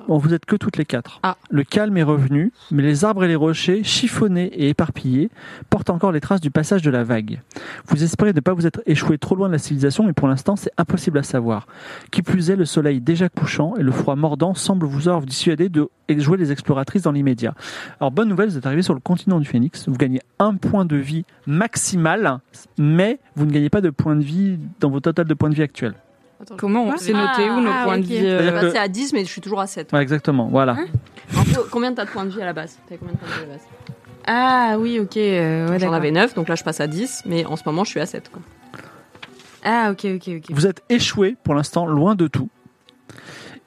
Speaker 4: Bon, vous êtes que toutes les quatre. Le calme est revenu, mais les arbres et les rochers, chiffonnés et éparpillés, portent encore les traces du passage de la vague. Vous espérez ne pas vous être échoué trop loin de la civilisation, mais pour l'instant, c'est impossible à savoir. Qui plus est, le soleil déjà couchant et le froid mordant semblent vous avoir dissuadé de jouer les exploratrices dans l'immédiat. Alors, bonne nouvelle, vous êtes arrivé sur le continent du Phénix. Vous gagnez un point de vie maximal, mais vous ne gagnez pas de points de vie dans vos total de points de vie actuels.
Speaker 7: Comment on s'est noté où nos points de vie
Speaker 3: Je
Speaker 7: euh,
Speaker 3: suis passée à 10, mais je suis toujours à 7.
Speaker 4: Ouais, exactement, voilà.
Speaker 3: En gros, combien t'as de points de vie à la base T'avais combien de points de vie à la base
Speaker 2: Ah oui, ok. euh, ouais,
Speaker 3: J'en
Speaker 2: d'accord.
Speaker 3: avais 9, donc là je passe à 10, mais en ce moment je suis à 7. Quoi.
Speaker 2: Ah ok, ok, ok.
Speaker 4: Vous êtes échoué pour l'instant, loin de tout.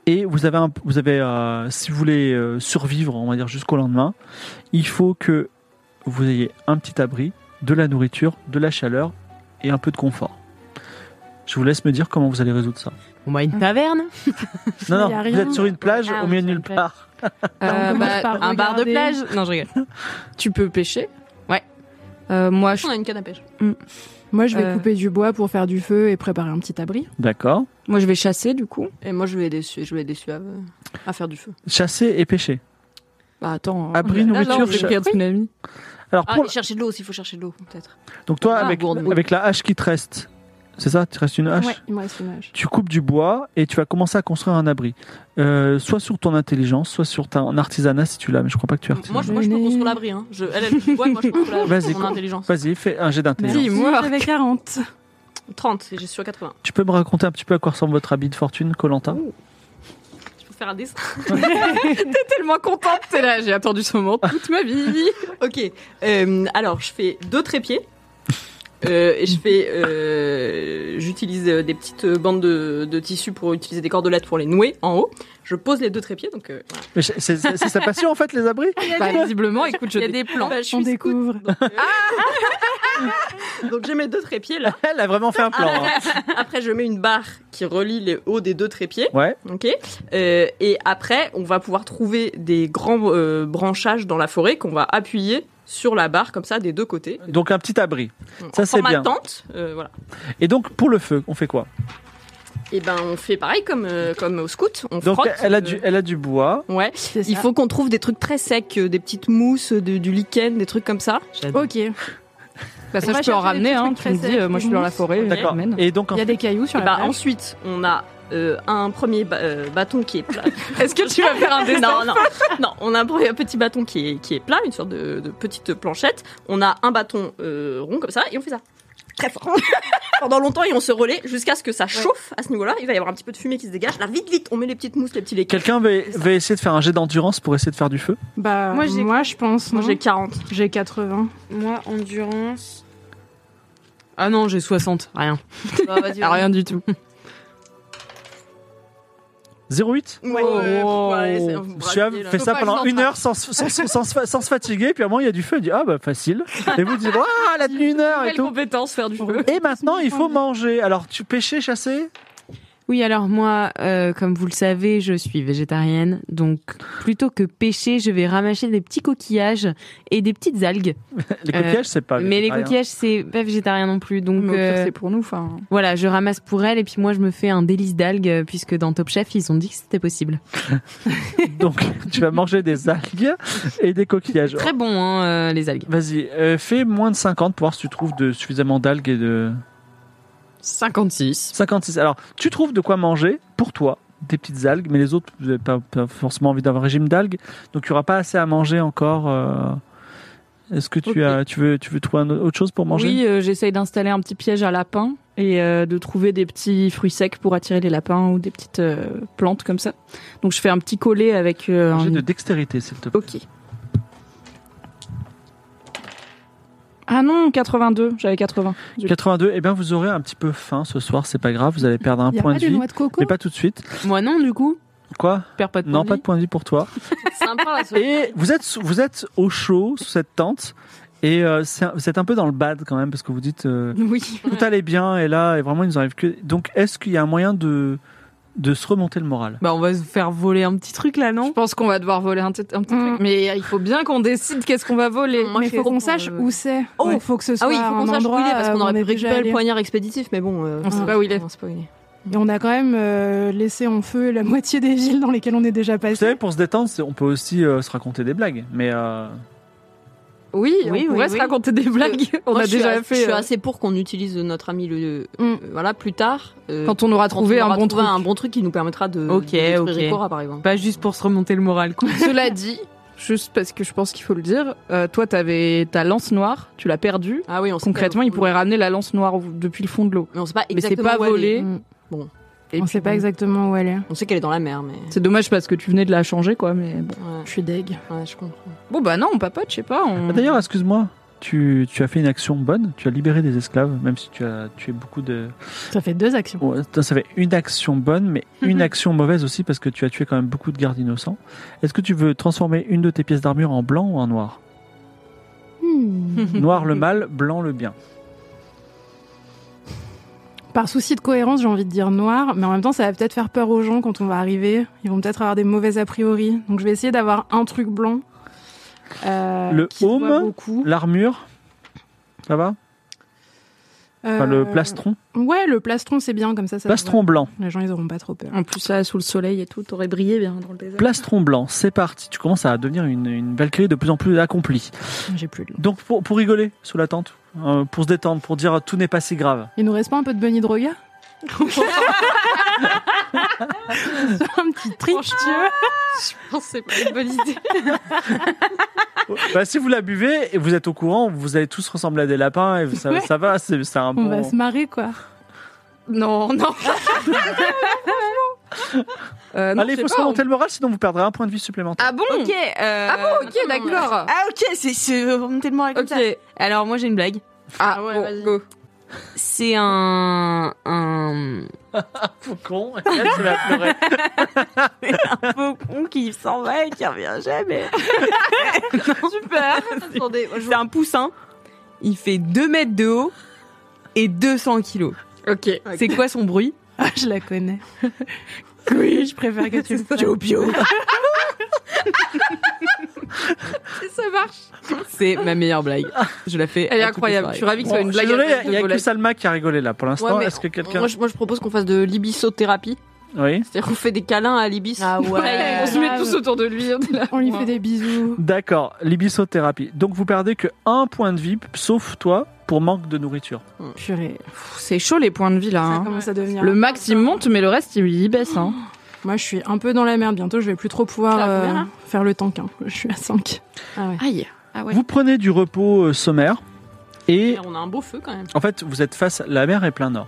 Speaker 4: Et vous avez, un- vous avez euh, si vous voulez euh, survivre, on va dire jusqu'au lendemain, il faut que vous ayez un petit abri, de la nourriture, de la chaleur et un peu de confort. Je vous laisse me dire comment vous allez résoudre ça.
Speaker 2: On va
Speaker 7: Hum.
Speaker 2: une taverne
Speaker 4: Non,
Speaker 2: Il y
Speaker 4: non,
Speaker 2: a
Speaker 4: vous
Speaker 2: rien.
Speaker 4: êtes sur une plage
Speaker 2: Ah,
Speaker 4: au
Speaker 2: oui,
Speaker 4: milieu de
Speaker 2: sur
Speaker 4: nulle
Speaker 2: une plage.
Speaker 4: part.
Speaker 7: Euh,
Speaker 2: On
Speaker 7: bah,
Speaker 2: commence par
Speaker 7: un bar de
Speaker 2: regarder.
Speaker 7: plage Non,
Speaker 6: (laughs)
Speaker 7: je rigole. tu peux pêcher
Speaker 2: Ouais.
Speaker 7: Euh, moi, je...
Speaker 3: On a une canne à pêche.
Speaker 9: Moi, je vais
Speaker 7: Euh.
Speaker 9: couper du bois pour faire du feu et préparer un petit abri.
Speaker 4: D'accord.
Speaker 7: moi, je vais chasser du coup.
Speaker 3: Et moi je vais des, su- je vais des suaves euh, à faire du feu.
Speaker 4: Chasser et pêcher.
Speaker 7: Bah attends.
Speaker 4: Abri,
Speaker 3: Là, là, on
Speaker 4: nourriture,
Speaker 3: est
Speaker 4: cha-
Speaker 3: pris à
Speaker 7: tsunami.
Speaker 4: Alors,
Speaker 3: Ah,
Speaker 4: pour
Speaker 3: et chercher de l'eau aussi, il faut chercher de l'eau peut-être.
Speaker 4: Donc toi,
Speaker 3: Ah,
Speaker 4: avec,
Speaker 3: gourde, oui.
Speaker 4: avec la hache qui te reste, c'est ça Tu restes une hache
Speaker 9: Ouais, il me reste une hache.
Speaker 4: Tu coupes du bois et tu vas commencer à construire un abri. Euh, soit sur ton intelligence, soit sur ta, en artisanat si tu l'as, mais je crois pas que tu es artisan.
Speaker 3: Moi je, moi, je peux construire l'abri. Hein. Je, elle, elle boit, moi je peux construire l'abri
Speaker 4: Vas-y,
Speaker 3: pour mon intelligence.
Speaker 4: Vas-y, fais un jet d'intelligence.
Speaker 7: Dis-moi.
Speaker 5: J'avais 40.
Speaker 3: 30, et je suis à 80.
Speaker 4: Tu peux me raconter un petit peu à quoi ressemble votre habit de fortune, Colanta
Speaker 3: Je peux faire un (laughs) dessin.
Speaker 7: T'es (laughs) tellement contente, t'es là. J'ai attendu ce moment toute ma vie.
Speaker 3: ok, euh, alors je fais deux trépieds. Euh, et je fais, euh, j'utilise euh, des petites euh, bandes de, de tissu pour utiliser des cordelettes pour les nouer en haut. Je pose les deux trépieds, donc euh, voilà.
Speaker 4: Mais C'est c'est- c'est sa passion en fait, les
Speaker 3: (laughs)
Speaker 4: abris
Speaker 7: Bah,
Speaker 6: (laughs)
Speaker 7: visiblement, écoute, je
Speaker 2: Il y a des plans.
Speaker 3: Bah, je
Speaker 9: (laughs) On
Speaker 3: suis-
Speaker 9: découvre.
Speaker 3: donc j'ai mes deux trépieds là.
Speaker 4: Elle a vraiment fait un plan.
Speaker 3: Ah.
Speaker 4: hein.
Speaker 3: Après, je mets une barre qui relie les hauts des deux trépieds.
Speaker 4: Ouais,
Speaker 3: Ok. Euh, et après, on va pouvoir trouver des grands euh, branchages dans la forêt qu'on va appuyer sur la barre comme ça des deux côtés.
Speaker 4: hein. donc un petit abri. Ça, c'est
Speaker 3: En format
Speaker 4: bien.
Speaker 3: tente, euh, voilà.
Speaker 4: Et donc pour le feu, on fait quoi
Speaker 3: Et ben, on fait pareil comme euh, comme au scout. On
Speaker 4: Donc
Speaker 3: frotte.
Speaker 4: elle
Speaker 3: euh,
Speaker 4: a, du, elle a du bois.
Speaker 3: Ouais. Il faut qu'on trouve des trucs très secs, euh, des petites mousses, de- du lichen, des trucs comme ça.
Speaker 9: Ok. Il
Speaker 7: Bah,
Speaker 9: On
Speaker 7: ça,
Speaker 9: va
Speaker 7: je peux en
Speaker 9: chercher
Speaker 7: ramener.
Speaker 9: des
Speaker 7: Hein.
Speaker 9: trucs
Speaker 7: Tu me
Speaker 9: très
Speaker 7: dis,
Speaker 9: secs,
Speaker 7: euh, moi, je suis dans la
Speaker 9: mousse.
Speaker 7: forêt. je
Speaker 4: D'accord.
Speaker 7: ramène.
Speaker 4: Et donc en
Speaker 9: y a des cailloux sur
Speaker 3: Et
Speaker 9: la
Speaker 3: bah,
Speaker 9: plage.
Speaker 3: ensuite, on a euh, un premier ba- euh, bâton qui est plat.
Speaker 7: Est-ce
Speaker 9: (laughs)
Speaker 7: que tu vas faire un dessin
Speaker 3: non, non, non. On a un premier petit bâton qui est, qui est plat, une sorte de, de petite planchette. On a un bâton euh, rond comme ça et on fait ça. Très fort. (laughs) Pendant longtemps et on se relaie jusqu'à ce que ça chauffe à ce niveau-là. Il va y avoir un petit peu de fumée qui se dégage. Là, vite, vite, on met les petites mousses, les petits légumes.
Speaker 4: Quelqu'un veut, veut essayer de faire un jet d'endurance pour essayer de faire du feu
Speaker 9: Bah,
Speaker 6: Moi,
Speaker 9: moi,
Speaker 6: j'ai-
Speaker 9: je pense. hein.
Speaker 3: Moi,
Speaker 9: non
Speaker 3: j'ai 40.
Speaker 9: J'ai 80.
Speaker 6: Moi, endurance. Ah non, j'ai 60. Rien.
Speaker 7: Ah, rien du tout.
Speaker 4: 08
Speaker 3: Ouais, ouais,
Speaker 7: Wow.
Speaker 3: ouais, c'est- vous
Speaker 4: Oh. Suave,
Speaker 3: braquez, hein, là.
Speaker 4: fait ça
Speaker 7: Chauffage
Speaker 4: pendant
Speaker 7: central.
Speaker 4: une heure sans, sans, sans, sans- sans se fatiguer, puis à un moment il y a du feu, il dit ah bah facile. Et
Speaker 6: (laughs)
Speaker 4: vous dites ah la nuit une heure et
Speaker 7: Quelle
Speaker 4: tout.
Speaker 7: compétence faire du feu
Speaker 4: Et maintenant il faut manger. Alors tu pêchais, chasser
Speaker 6: Oui, alors moi, euh, comme vous le savez, je suis végétarienne. Donc, plutôt que pêcher, je vais ramasser des petits coquillages et des petites algues.
Speaker 4: Les coquillages c'est pas.
Speaker 6: Euh, Mais les
Speaker 4: végétarien.
Speaker 6: coquillages, c'est pas végétarien non plus. Donc,
Speaker 7: Ah, Mais au pire,
Speaker 6: euh,
Speaker 7: c'est pour nous. Enfin,
Speaker 6: voilà, je ramasse pour elle et puis moi, je me fais un délice d'algues euh, puisque dans Top Chef, ils ont dit que c'était possible.
Speaker 4: Donc tu vas manger des algues et des coquillages.
Speaker 6: Très bon, hein, euh, les algues.
Speaker 4: Vas-y, euh, fais moins de 50 pour voir si tu trouves de, suffisamment d'algues et de
Speaker 7: 56.
Speaker 4: 56. Alors tu trouves de quoi manger pour toi des petites algues, mais les autres vous n'avez pas, pas forcément envie d'avoir un régime d'algues, donc il n'y aura pas assez à manger encore. euh. Est-ce que tu
Speaker 7: Ok.
Speaker 4: as, tu veux, tu veux trouver un- autre chose pour manger
Speaker 7: Oui, euh, j'essaye d'installer un petit piège à lapins et euh, de trouver des petits fruits secs pour attirer les lapins ou des petites euh, plantes comme ça. Donc je fais un petit collet avec. euh, Oh,
Speaker 4: Un jet
Speaker 7: un-
Speaker 4: de dextérité, s'il te plaît.
Speaker 7: Ok. Ah non, 82. J'avais 80.
Speaker 4: 82, eh bien vous aurez un petit peu faim ce soir, c'est pas grave, vous allez perdre un
Speaker 9: Il y a
Speaker 4: point
Speaker 9: pas
Speaker 4: de
Speaker 9: de
Speaker 4: vie.
Speaker 9: noix de coco
Speaker 4: Mais pas tout de suite.
Speaker 6: Moi, non, du coup,
Speaker 4: Quoi
Speaker 6: je perds pas de
Speaker 4: Non,
Speaker 6: temps
Speaker 4: pas
Speaker 6: de
Speaker 4: de point de vie pour toi.
Speaker 3: Sympa la sauce.
Speaker 4: Et vous êtes, sous- vous êtes au chaud sous cette tente. Et euh, c'est un- vous êtes un peu dans le bad quand même, parce que vous dites (laughs) euh,
Speaker 7: Oui.
Speaker 4: tout allait bien, et là, et vraiment, il nous arrive que. Donc, est-ce qu'il y a un moyen de, de se remonter le moral
Speaker 6: Bah, on va se faire voler un petit truc là,
Speaker 7: Je
Speaker 6: non
Speaker 7: pense qu'on va devoir voler un, petit- un petit
Speaker 9: Mm.
Speaker 7: truc. Mais il faut bien qu'on décide qu'est-ce qu'on va voler.
Speaker 3: Moi,
Speaker 9: mais
Speaker 3: je
Speaker 9: faut
Speaker 3: fais-
Speaker 9: qu'on sache
Speaker 3: euh,
Speaker 9: où c'est.
Speaker 3: Oh.
Speaker 9: il faut que ce soit
Speaker 3: Ah oui, il faut
Speaker 9: un
Speaker 3: qu'on sache où
Speaker 9: endroit
Speaker 3: il est parce
Speaker 9: euh,
Speaker 3: qu'on
Speaker 9: où
Speaker 3: aurait
Speaker 9: on
Speaker 3: pu
Speaker 9: est déjà
Speaker 3: récupérer le
Speaker 9: allé.
Speaker 3: poignard expéditif, mais bon. euh,
Speaker 7: On sait pas où il est.
Speaker 3: On sait pas où il est.
Speaker 9: Et on a quand même euh, laissé en feu la (laughs) moitié des villes dans lesquelles on est déjà
Speaker 4: Vous
Speaker 9: passé.
Speaker 4: savez, pour se détendre, c'est- on peut aussi euh, se raconter des blagues. Mais euh,
Speaker 7: Oui,
Speaker 3: oui,
Speaker 7: on pourrait
Speaker 3: oui,
Speaker 7: se
Speaker 3: oui.
Speaker 7: raconter des blagues. (laughs) On
Speaker 3: Moi,
Speaker 7: a
Speaker 3: je suis
Speaker 7: déjà
Speaker 3: a-
Speaker 7: fait.
Speaker 3: Je suis
Speaker 7: euh,
Speaker 3: assez pour qu'on utilise notre ami le.
Speaker 9: euh,
Speaker 3: voilà, plus tard. euh,
Speaker 7: Quand on aura trouvé un bon
Speaker 3: trouvé
Speaker 7: truc.
Speaker 3: un bon truc qui nous permettra de.
Speaker 7: Ok,
Speaker 3: de détruire
Speaker 7: ok.
Speaker 3: Ikora, par exemple.
Speaker 6: Pas juste pour se remonter le moral. Quoi.
Speaker 7: Cela dit, juste parce que je pense qu'il faut le dire, euh, toi, t'avais ta lance noire, tu l'as perdue.
Speaker 3: Ah oui, on
Speaker 7: Concrètement, il pourrait ramener la lance noire au- depuis le fond de l'eau.
Speaker 3: Mais on sait pas
Speaker 7: Mais c'est
Speaker 3: exactement
Speaker 7: pas
Speaker 3: où elle
Speaker 7: volé.
Speaker 3: est. Mm. Bon.
Speaker 7: Et
Speaker 9: on
Speaker 7: puis
Speaker 9: sait pas
Speaker 7: bon.
Speaker 9: exactement où elle est.
Speaker 3: On sait qu'elle est dans la mer, mais.
Speaker 7: C'est dommage parce que tu venais de la changer, quoi, mais bon.
Speaker 9: Je suis deg.
Speaker 3: Ouais, je comprends.
Speaker 7: Bon, bah non, on papote, je sais pas. on-
Speaker 4: Ah, D'ailleurs, excuse-moi, tu, tu as fait une action bonne, tu as libéré des esclaves, même si tu as tué beaucoup de...
Speaker 9: Ça fait deux actions.
Speaker 4: Ouais, ça ça fait une action bonne, mais une action mauvaise aussi, parce que tu as tué quand même beaucoup de gardes innocents. Est-ce que tu veux transformer une de tes pièces d'armure en blanc ou en noir
Speaker 9: Hmm.
Speaker 4: Noir le mal, blanc le bien.
Speaker 9: Par souci de cohérence, j'ai envie de dire noir, mais en même temps, ça va peut-être faire peur aux gens quand on va arriver. Ils vont peut-être avoir des mauvais a priori. Donc, je vais essayer d'avoir un truc blanc. euh,
Speaker 4: le
Speaker 9: qui se voit
Speaker 4: home,
Speaker 9: beaucoup.
Speaker 4: l'armure, ça va Enfin,
Speaker 9: Euh,
Speaker 4: Le plastron
Speaker 9: Ouais, le plastron, c'est bien comme ça. ça se
Speaker 4: Plastron
Speaker 9: voit.
Speaker 4: blanc.
Speaker 9: Les gens, ils auront pas trop peur.
Speaker 7: En plus, ça, sous le soleil et tout, t'aurais brillé bien dans le désert.
Speaker 4: Plastron blanc, c'est parti. Tu commences à devenir une, une Valkyrie de plus en plus accomplie.
Speaker 9: J'ai plus de
Speaker 4: Donc pour, pour rigoler sous la tente, euh, pour se détendre, pour dire euh, tout n'est pas si grave. (laughs)
Speaker 9: Il nous reste pas un peu de bunny (laughs) droga un petit trick, tu
Speaker 3: Je pense que c'est pas une bonne idée.
Speaker 4: Bah, si vous la buvez et vous êtes au courant, vous allez tous ressembler à des lapins et vous- ça,
Speaker 9: Ouais.
Speaker 4: ça va, c'est c'est un
Speaker 9: On
Speaker 4: bon.
Speaker 9: va se marrer, quoi.
Speaker 7: Non,
Speaker 4: (laughs)
Speaker 7: non. Euh, non,
Speaker 4: allez,
Speaker 7: je
Speaker 4: il faut
Speaker 7: sais
Speaker 4: se
Speaker 7: pas,
Speaker 4: remonter le moral, sinon vous perdrez un point de vie supplémentaire.
Speaker 7: Ah bon
Speaker 6: Ok. euh,
Speaker 7: Ah bon, ok,
Speaker 3: non, non,
Speaker 7: d'accord.
Speaker 6: Ah ok, c'est c'est remonter le moral comme
Speaker 7: Ok.
Speaker 6: ça. Alors moi j'ai une blague.
Speaker 7: Ah,
Speaker 3: ouais,
Speaker 7: bon,
Speaker 3: vas-y.
Speaker 7: go.
Speaker 6: C'est un un
Speaker 4: Faux Ah, con, (laughs) elle se met à pleurer.
Speaker 6: un faucon qui s'en va et qui revient
Speaker 3: (laughs)
Speaker 6: jamais. Super.
Speaker 3: Attendez, moi, je
Speaker 6: C'est un poussin. Il fait 2 mètres de haut et 200 kilos.
Speaker 7: Ok.
Speaker 6: C'est quoi son bruit
Speaker 9: Ah, je la connais. Oui, je préfère que tu le fasses.
Speaker 7: Ça marche.
Speaker 6: C'est ma meilleure blague. Je la fais.
Speaker 7: Elle est
Speaker 6: à toutes les
Speaker 7: incroyable.
Speaker 6: soirées.
Speaker 7: Je suis ravie que ce soit
Speaker 4: Bon,
Speaker 7: une
Speaker 4: je suis
Speaker 7: blague.
Speaker 4: désolé,
Speaker 7: à base de
Speaker 4: il y a que
Speaker 7: volaille.
Speaker 4: Salma qui a rigolé là pour l'instant.
Speaker 3: Ouais, mais
Speaker 4: Est-ce que quelqu'un.
Speaker 3: Moi je, moi, je propose qu'on fasse de l'ibisothérapie.
Speaker 4: Oui.
Speaker 3: C'est-à-dire qu'on fait des câlins à l'ibis. Ah
Speaker 7: On se met
Speaker 9: grave.
Speaker 7: tous autour de lui. on est là.
Speaker 9: On lui fait des bisous.
Speaker 4: D'accord, l'ibissothérapie. Donc vous perdez que un point de vie, sauf toi, pour manque de nourriture.
Speaker 9: Purée,
Speaker 7: Pff, C'est chaud les points de vie là.
Speaker 9: ça
Speaker 7: hein.
Speaker 9: commence à devenir.
Speaker 7: Le max il monte, mais le reste il, il baisse. (laughs) hein.
Speaker 9: Moi, je suis un peu dans la merde. Bientôt, je vais plus trop pouvoir
Speaker 3: T'es à combien,
Speaker 9: euh,
Speaker 3: là
Speaker 9: faire le tank. hein. Je suis à 5.
Speaker 7: Aïe. Ah ouais.
Speaker 4: Vous prenez du repos euh, sommaire et
Speaker 3: On a un beau feu quand même.
Speaker 4: En fait, vous êtes face, la mer est plein nord.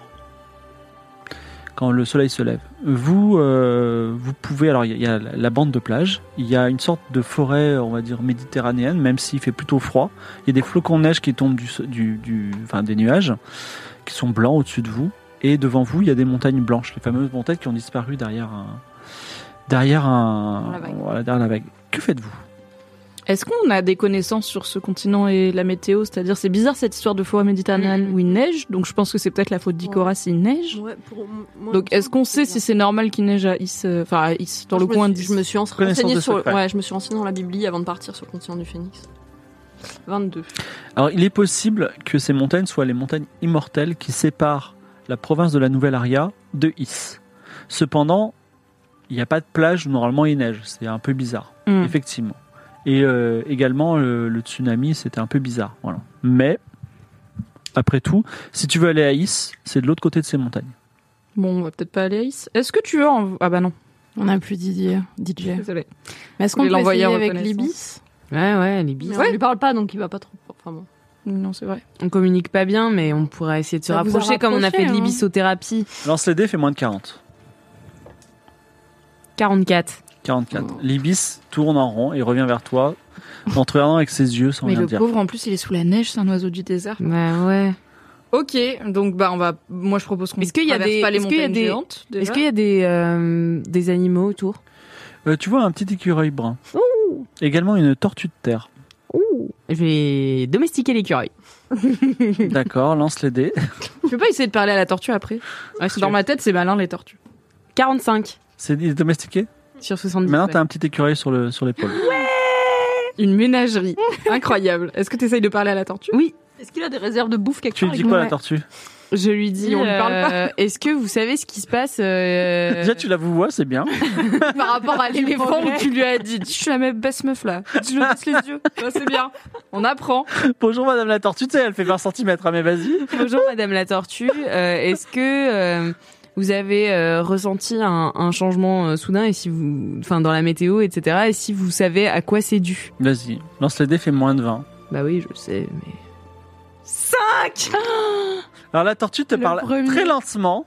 Speaker 4: Quand le soleil se lève, vous, euh, vous pouvez. Alors, il y, a- il y a la bande de plage. Il y a une sorte de forêt, on va dire méditerranéenne, même s'il fait plutôt froid. Il y a des flocons de neige qui tombent du, so- du, du- enfin, des nuages, qui sont blancs au-dessus de vous. Et devant vous, il y a des montagnes blanches, les fameuses montagnes qui ont disparu derrière un, derrière un,
Speaker 3: Dans la vague.
Speaker 4: voilà, derrière la vague. Que faites-vous
Speaker 7: Est-ce qu'on a des connaissances sur ce continent et la météo C'est-à-dire, c'est bizarre cette histoire de forêt méditerranéenne
Speaker 3: Mhm.
Speaker 7: où il neige, donc je pense que c'est peut-être la faute d'Icora s'il neige. Donc, est-ce qu'on sait si c'est normal qu'il neige à Is, euh, enfin à Is, dans le coin
Speaker 3: de. Je me
Speaker 7: d'Is
Speaker 3: suis
Speaker 4: Connaissance
Speaker 3: renseignée
Speaker 4: de
Speaker 3: sur.
Speaker 4: secret.
Speaker 3: Ouais, je me suis renseignée dans la Bibli avant de partir sur le continent du Phénix. 22.
Speaker 4: Alors, il est possible que ces montagnes soient les montagnes immortelles qui séparent la province de la Nouvelle-Aria de Is. Cependant, il n'y a pas de plage où normalement il neige. C'est un peu bizarre,
Speaker 7: Hmm.
Speaker 4: effectivement. Et euh, également, euh, le tsunami, c'était un peu bizarre. Voilà. Mais, après tout, si tu veux aller à Is, c'est de l'autre côté de ces montagnes.
Speaker 7: Bon, on va peut-être pas aller à Is. Est-ce que tu veux en- Ah bah non.
Speaker 9: On n'a plus Didier, DJ.
Speaker 7: Désolée.
Speaker 9: Mais est-ce
Speaker 7: Vous
Speaker 9: qu'on peut
Speaker 7: voulez l'envoyer
Speaker 9: l'envoyer
Speaker 7: en
Speaker 9: avec
Speaker 7: reconnaissance
Speaker 9: l'Ibis
Speaker 6: Ouais ouais, les bis.
Speaker 3: Mais On lui parle pas donc il va pas trop. Enfin bon.
Speaker 7: Non, c'est vrai.
Speaker 6: On communique pas bien, mais on pourrait essayer de se
Speaker 9: Ça vous a
Speaker 6: rapprocher comme on a fait de
Speaker 9: rapproché, hein.
Speaker 6: l'ibissothérapie.
Speaker 4: Lance les dés, fait moins de 40.
Speaker 6: 44.
Speaker 4: 44. L'Ibis tourne en rond et revient vers toi, en te regardant avec ses yeux sans
Speaker 7: Mais
Speaker 4: rien
Speaker 7: le
Speaker 4: dire.
Speaker 7: pauvre, en plus, il est sous la neige, c'est un oiseau du désert.
Speaker 6: Bah ouais.
Speaker 7: Ok, donc bah on va. Moi, je propose qu'on.
Speaker 6: Est-ce qu'il y a
Speaker 7: traverse
Speaker 6: des-
Speaker 7: Pas les
Speaker 6: est-ce qu'il y a
Speaker 7: montagnes
Speaker 6: des-
Speaker 7: géantes. déjà.
Speaker 6: Est-ce qu'il y a des euh, des animaux autour
Speaker 4: Euh, tu vois un petit écureuil brun. Également une tortue de terre.
Speaker 6: Je vais domestiquer l'écureuil.
Speaker 4: D'accord, lance les dés.
Speaker 7: Tu peux pas essayer de parler à la tortue après Dans ma tête, c'est malin les tortues.
Speaker 6: 45
Speaker 4: C'est il est domestiqué
Speaker 6: sur 70.
Speaker 4: Maintenant, t'as un petit écureuil sur le sur l'épaule.
Speaker 7: Une (laughs) ménagerie incroyable. Est-ce que tu essayes de parler à la tortue
Speaker 6: Oui.
Speaker 3: Est-ce qu'il a des réserves de bouffe quelque
Speaker 4: Tu
Speaker 3: part
Speaker 4: lui dis
Speaker 3: avec
Speaker 4: quoi à
Speaker 3: nous
Speaker 4: la tortue
Speaker 6: Je lui dis,
Speaker 7: Si on lui parle pas.
Speaker 6: euh, est-ce que vous savez ce qui se passe euh,
Speaker 4: Déjà, tu la vous vois, c'est bien.
Speaker 7: Par rapport à l'éléphant où
Speaker 6: progrès.
Speaker 7: tu lui as dit, je suis la même baisse meuf là. Je le baisse les yeux. Ouais, c'est bien. On apprend.
Speaker 4: Bonjour Madame la Tortue, tu sais, elle fait 20 cm, ah mais vas-y.
Speaker 6: Bonjour Madame la Tortue. Euh, Est-ce que euh, vous avez euh, ressenti un, un changement euh, soudain et si vous, enfin dans la météo, etc. Et si vous savez à quoi c'est dû
Speaker 4: Vas-y, lance les dés, fait moins de 20.
Speaker 6: Bah oui, je sais, mais 5
Speaker 4: Alors la tortue te parle très lentement.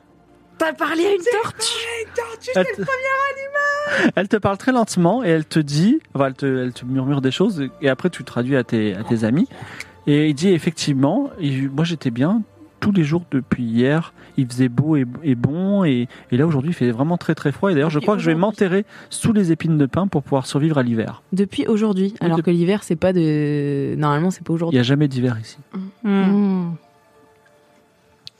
Speaker 5: T'as parlé à une tortue tortue,
Speaker 4: Elle te- Elle te parle très lentement et elle te dit, enfin, elle, te, elle te murmure des choses et après tu traduis à tes, à tes amis. Et il dit effectivement, et moi j'étais bien tous les jours depuis hier, il faisait beau et, et bon et, et là aujourd'hui il fait vraiment très très froid et d'ailleurs je crois que je vais m'enterrer sous les épines de pin pour pouvoir survivre à l'hiver.
Speaker 6: Depuis aujourd'hui, alors que l'hiver c'est pas de, normalement c'est pas
Speaker 4: Il n'y
Speaker 6: aujourd'hui.
Speaker 4: a jamais d'hiver ici.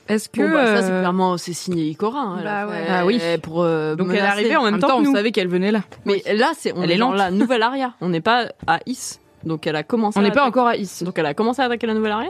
Speaker 7: Est-ce
Speaker 3: que
Speaker 7: que,
Speaker 3: bah, ça c'est
Speaker 7: euh,
Speaker 3: clairement c'est signé Ikora. hein, elle a
Speaker 7: Bah
Speaker 3: fait-
Speaker 7: ouais. Ah oui.
Speaker 3: euh, Pour euh,
Speaker 7: Donc elle est
Speaker 3: menacer.
Speaker 7: arrivée en même temps, on savait qu'elle venait là.
Speaker 3: Mais là c'est on
Speaker 7: Elle
Speaker 3: est,
Speaker 7: est
Speaker 3: dans
Speaker 7: lente.
Speaker 3: la nouvelle aria. On n'est pas à Is. Donc elle a commencé.
Speaker 7: On n'est pas
Speaker 3: encore à Is. Donc elle a commencé à attaquer la nouvelle aria.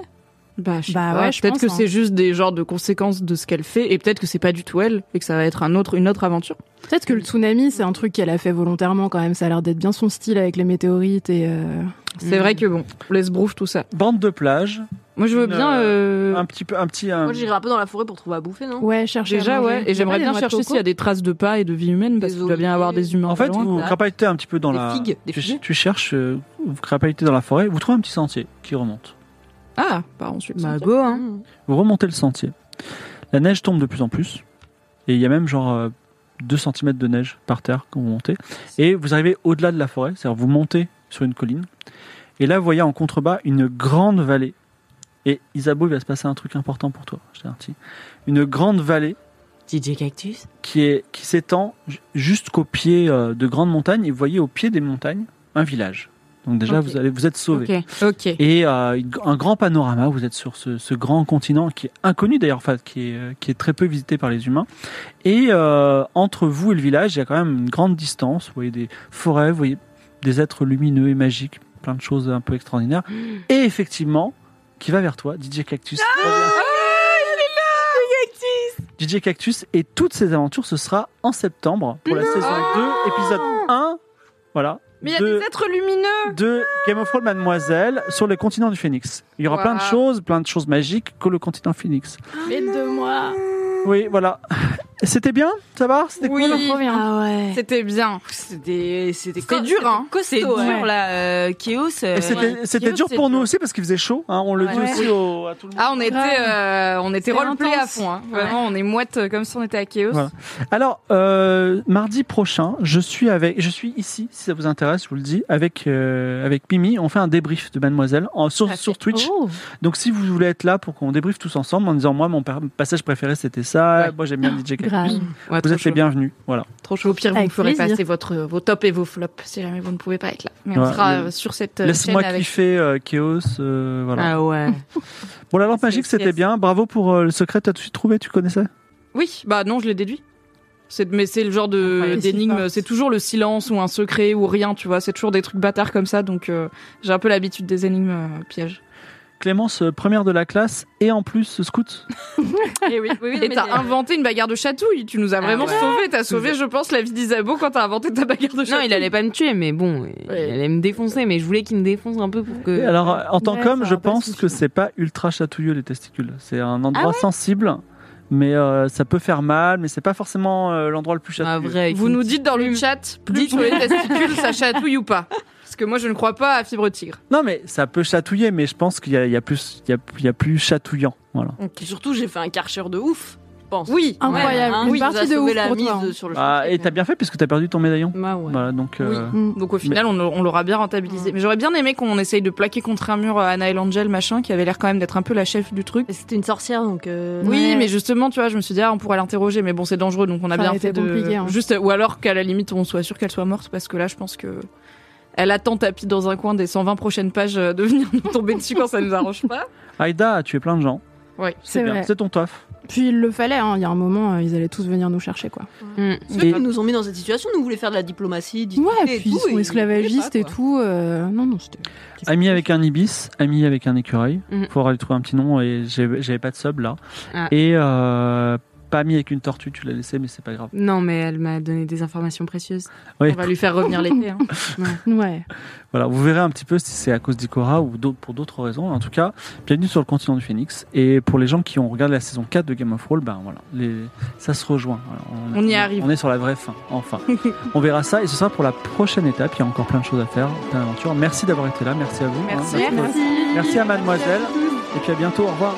Speaker 7: Bah, je sais
Speaker 3: Bah
Speaker 7: pas.
Speaker 3: ouais, je
Speaker 7: peut-être
Speaker 3: pense,
Speaker 7: que
Speaker 3: hein.
Speaker 7: c'est juste des genres de conséquences de ce qu'elle fait et peut-être que c'est pas du tout elle et que ça va être un autre, une autre aventure.
Speaker 9: Peut-être que le tsunami, c'est un truc qu'elle a fait volontairement quand même. Ça a l'air d'être bien son style avec les météorites et. euh,
Speaker 7: C'est vrai que bon, laisse brouf tout ça.
Speaker 4: Bande de plage.
Speaker 7: Moi je veux
Speaker 4: Une,
Speaker 7: bien. euh,
Speaker 4: Un petit peu, un petit. un-
Speaker 3: Moi j'irai un peu dans la forêt pour trouver à bouffer non
Speaker 9: Ouais, chercher. à
Speaker 7: Déjà,
Speaker 9: manger.
Speaker 7: ouais.
Speaker 9: Y a
Speaker 7: Et j'aimerais
Speaker 9: pas des
Speaker 7: bien
Speaker 9: noix de
Speaker 7: chercher
Speaker 9: coco
Speaker 7: s'il y a des traces de pas et de vie humaine, parce qu'il doit bien y avoir des humains.
Speaker 4: En fait,
Speaker 7: loin.
Speaker 4: vous
Speaker 7: Voilà.
Speaker 4: crapahutez un petit peu dans
Speaker 7: Des
Speaker 4: la.
Speaker 7: figues, des
Speaker 4: tu,
Speaker 7: figues.
Speaker 4: tu cherches, euh, vous crapahutez dans la forêt, vous trouvez un petit sentier qui remonte.
Speaker 7: Ah, bah ensuite.
Speaker 6: Bah go
Speaker 3: Mm.
Speaker 6: hein.
Speaker 4: Vous remontez le sentier. La neige tombe de plus en plus. Et il y a même genre euh, 2 cm de neige par terre quand vous montez. Et vous arrivez au-delà de la forêt, c'est-à-dire vous montez sur une colline. Et là, vous voyez en contrebas une grande vallée. Et Isabeau, il va se passer un truc important pour toi, je t'avertis. Une grande vallée
Speaker 6: DJ Cactus.
Speaker 4: qui est qui s'étend ju- jusqu'au pied euh, de grandes montagnes et vous voyez au pied des montagnes un village. Donc déjà
Speaker 7: Ok.
Speaker 4: vous allez vous êtes sauvé.
Speaker 7: Ok. Ok.
Speaker 4: Et euh, une- un grand panorama, vous êtes sur ce, ce grand continent qui est inconnu d'ailleurs, enfin, qui, est, euh, qui est très peu visité par les humains. Et euh, entre vous et le village, il y a quand même une grande distance. Vous voyez des forêts, vous voyez des êtres lumineux et magiques, plein de choses un peu
Speaker 7: (gasps)
Speaker 4: extraordinaires. Et effectivement, qui va vers toi, DJ Cactus.
Speaker 7: Ah,
Speaker 4: DJ Cactus et toutes ses aventures, ce sera en septembre pour la saison 2, épisode 1. Voilà.
Speaker 7: Mais il y a
Speaker 4: de-
Speaker 7: des êtres lumineux
Speaker 4: de Game of Thrones Mademoiselle sur le continent du Phénix. Il y aura
Speaker 7: Wow.
Speaker 4: plein de choses, plein de choses magiques que le continent Phénix.
Speaker 5: Ah, Mais de moi.
Speaker 4: Oui, voilà. C'était bien Ça va C'était
Speaker 7: Oui,
Speaker 4: cool
Speaker 5: Ah ouais.
Speaker 7: c'était bien.
Speaker 3: C'était c'était
Speaker 7: C'était dur, hein.
Speaker 3: Costaud,
Speaker 6: C'est dur
Speaker 3: ouais.
Speaker 6: là, euh, Chaos. euh,
Speaker 4: Et C'était
Speaker 6: ouais.
Speaker 4: c'était
Speaker 6: Chaos,
Speaker 4: dur
Speaker 6: c'est-
Speaker 4: pour nous aussi parce qu'il faisait chaud. hein, on le dit
Speaker 7: Ouais.
Speaker 4: aussi au- à tout le monde.
Speaker 7: Ah, on était, euh, on était
Speaker 6: C'était
Speaker 7: roleplay à
Speaker 6: intense.
Speaker 7: fond. hein. Vraiment, on est moite euh, comme si on était à Chaos.
Speaker 4: Voilà. Alors, euh, mardi prochain, je suis avec, je suis ici, si ça vous intéresse, je vous le dis, avec euh, avec Mimi. On fait un débrief de Mademoiselle en, sur, sur Twitch.
Speaker 7: Oh,
Speaker 4: Donc, si vous voulez être là pour qu'on débriefe tous ensemble en disant, moi, mon pa- passage préféré, c'était ça. Moi, j'aime bien DJ Cactus.
Speaker 9: Grave.
Speaker 7: Ouais,
Speaker 4: vous
Speaker 7: trop
Speaker 4: êtes les
Speaker 7: chaud.
Speaker 4: bienvenus. Voilà.
Speaker 7: Trop chaud. Au pire, vous
Speaker 9: Avec
Speaker 7: me ferez
Speaker 9: plaisir.
Speaker 7: passer votre, vos tops et vos flops si jamais vous ne pouvez pas être là. Mais on
Speaker 4: Ouais.
Speaker 7: sera
Speaker 4: Le-
Speaker 7: euh, sur cette euh, chaîne
Speaker 4: Laisse-moi
Speaker 7: avec.
Speaker 4: kiffer euh, Chaos. euh, voilà.
Speaker 6: Ah
Speaker 3: (laughs)
Speaker 6: ouais.
Speaker 4: Bon, la lampe magique, c'était bien. Bravo pour euh, le secret. T'as tout de suite trouvé, tu connaissais
Speaker 7: Oui, bah non, je l'ai déduit. C'est, mais c'est le genre de,
Speaker 9: Incroyable.
Speaker 7: d'énigme, c'est toujours le silence ou un secret ou rien, tu vois. C'est toujours des trucs bâtards comme ça, donc euh, j'ai un peu l'habitude des énigmes euh, pièges.
Speaker 4: Clémence, euh, première de la classe et en plus ce scout.
Speaker 3: Et Eh oui, oui, oui, non,
Speaker 7: Et
Speaker 3: mais
Speaker 7: t'as
Speaker 3: c'est-
Speaker 7: inventé une bagarre de chatouille, tu nous as vraiment
Speaker 3: ouais.
Speaker 7: sauvé, t'as sauvé, je pense, la vie d'Isabeau quand t'as inventé ta bagarre de chatouille.
Speaker 6: Non, il allait pas me tuer, mais bon, il allait me défoncer, mais je voulais qu'il me défonce un peu pour que.
Speaker 4: Et alors, euh, en tant
Speaker 9: Ouais,
Speaker 4: qu'homme,
Speaker 9: ça
Speaker 4: je
Speaker 9: va pas
Speaker 4: pense que c'est pas ultra chatouilleux les testicules. C'est un endroit sensible, mais euh, ça peut faire mal, mais c'est pas forcément euh, l'endroit le plus
Speaker 6: Ah,
Speaker 4: chatouilleux.
Speaker 6: vrai.
Speaker 7: Vous nous dites dans le chat, plus
Speaker 6: Dites-
Speaker 7: sur les testicules, ça chatouille ou pas Parce que moi, je ne crois pas à Fibre Tigre.
Speaker 4: Non, mais ça peut chatouiller, mais je pense qu'il y, a- il y a plus, il y a, il y a plus chatouillant. Voilà.
Speaker 3: Et surtout j'ai fait un karcher de ouf. je Pense.
Speaker 7: Oui,
Speaker 9: Incroyable.
Speaker 3: Hein,
Speaker 9: Une
Speaker 3: il nous a
Speaker 9: partie de
Speaker 3: sauvé
Speaker 9: ouf
Speaker 3: la
Speaker 9: pour
Speaker 3: mise
Speaker 9: toi, hein.
Speaker 3: de- sur le.
Speaker 4: Ah, et t'as bien fait puisque t'as perdu ton médaillon.
Speaker 3: Bah ouais.
Speaker 4: Voilà, donc. euh,
Speaker 9: Mm.
Speaker 7: Donc au final, on, on l'aura bien rentabilisé. Mais j'aurais bien aimé qu'on essaye de plaquer contre un mur euh, Anna et l'Angel, machin, qui avait l'air quand même d'être un peu la chef du truc.
Speaker 3: Et C'était une sorcière donc. euh,
Speaker 7: Oui,
Speaker 9: Ouais.
Speaker 7: mais justement, tu vois, je me suis dit, ah, on pourrait l'interroger, mais bon, c'est dangereux, donc on a
Speaker 9: Ça
Speaker 7: bien
Speaker 9: aurait
Speaker 7: fait
Speaker 9: été
Speaker 7: de...
Speaker 9: compliqué, hein.
Speaker 7: Juste, ou alors qu'à la limite, on soit sûr qu'elle soit morte, parce que là, je pense que elle attend tapis dans un coin des 120 prochaines pages (laughs) euh, de venir nous tomber dessus quand ça nous arrange pas.
Speaker 4: Aïda a tué plein de gens.
Speaker 7: Oui.
Speaker 4: C'est
Speaker 9: C'est
Speaker 4: bien.
Speaker 9: vrai.
Speaker 4: C'est ton taf.
Speaker 7: Puis il le fallait, hein. il y a un moment, euh, ils allaient tous venir nous chercher, quoi.
Speaker 6: Hmm.
Speaker 3: Ceux qui nous ont mis dans cette situation nous voulaient faire de la diplomatie, discuter
Speaker 7: Ouais,
Speaker 3: et
Speaker 7: puis ils
Speaker 3: tout.
Speaker 7: sont
Speaker 3: et-
Speaker 7: esclavagistes et tout. euh, Non, non, c'était.
Speaker 4: Ami avec un ibis, ami avec un écureuil.
Speaker 7: Mhm.
Speaker 4: Faut aller trouver un petit nom et j'ai- j'avais pas de sub là.
Speaker 6: Ah.
Speaker 4: Et euh, pas ami avec une tortue, tu l'as laissé, mais c'est pas grave.
Speaker 6: Non, mais elle m'a donné des informations précieuses.
Speaker 4: Oui.
Speaker 6: On va lui faire revenir l'été. hein.
Speaker 7: Ouais.
Speaker 4: Voilà, vous verrez un petit peu si c'est à cause d'Ikora ou d'autres- pour d'autres raisons. En tout cas, bienvenue sur le continent du Phoenix. Et pour les gens qui ont regardé la saison 4 de Game of Thrones, ben voilà, les- ça se rejoint. Voilà,
Speaker 6: On y arrive.
Speaker 4: On est sur la vraie fin,
Speaker 6: (laughs)
Speaker 4: enfin. on verra ça et ce sera pour la prochaine étape. Il y a encore plein de choses à faire, plein d'aventures. Merci d'avoir été là, merci à vous. hein,
Speaker 7: Merci.
Speaker 4: parce que-
Speaker 7: Merci.
Speaker 4: merci à mademoiselle. Et puis à bientôt, au revoir.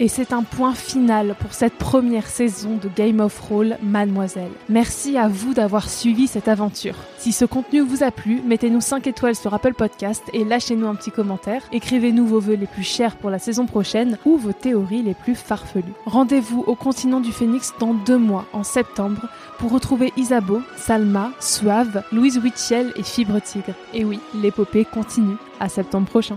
Speaker 1: Et c'est un point final pour cette première saison de Game of Roll Mademoiselle. Merci à vous d'avoir suivi cette aventure. Si ce contenu vous a plu, mettez-nous 5 étoiles sur Apple Podcast et lâchez-nous un petit commentaire. Écrivez-nous vos vœux les plus chers pour la saison prochaine ou vos théories les plus farfelues. Rendez-vous au continent du Phénix dans deux mois, en septembre, pour retrouver Isabeau, Salma, Suave, Louise Witchell et Fibre Tigre. Et oui, l'épopée continue. À septembre prochain.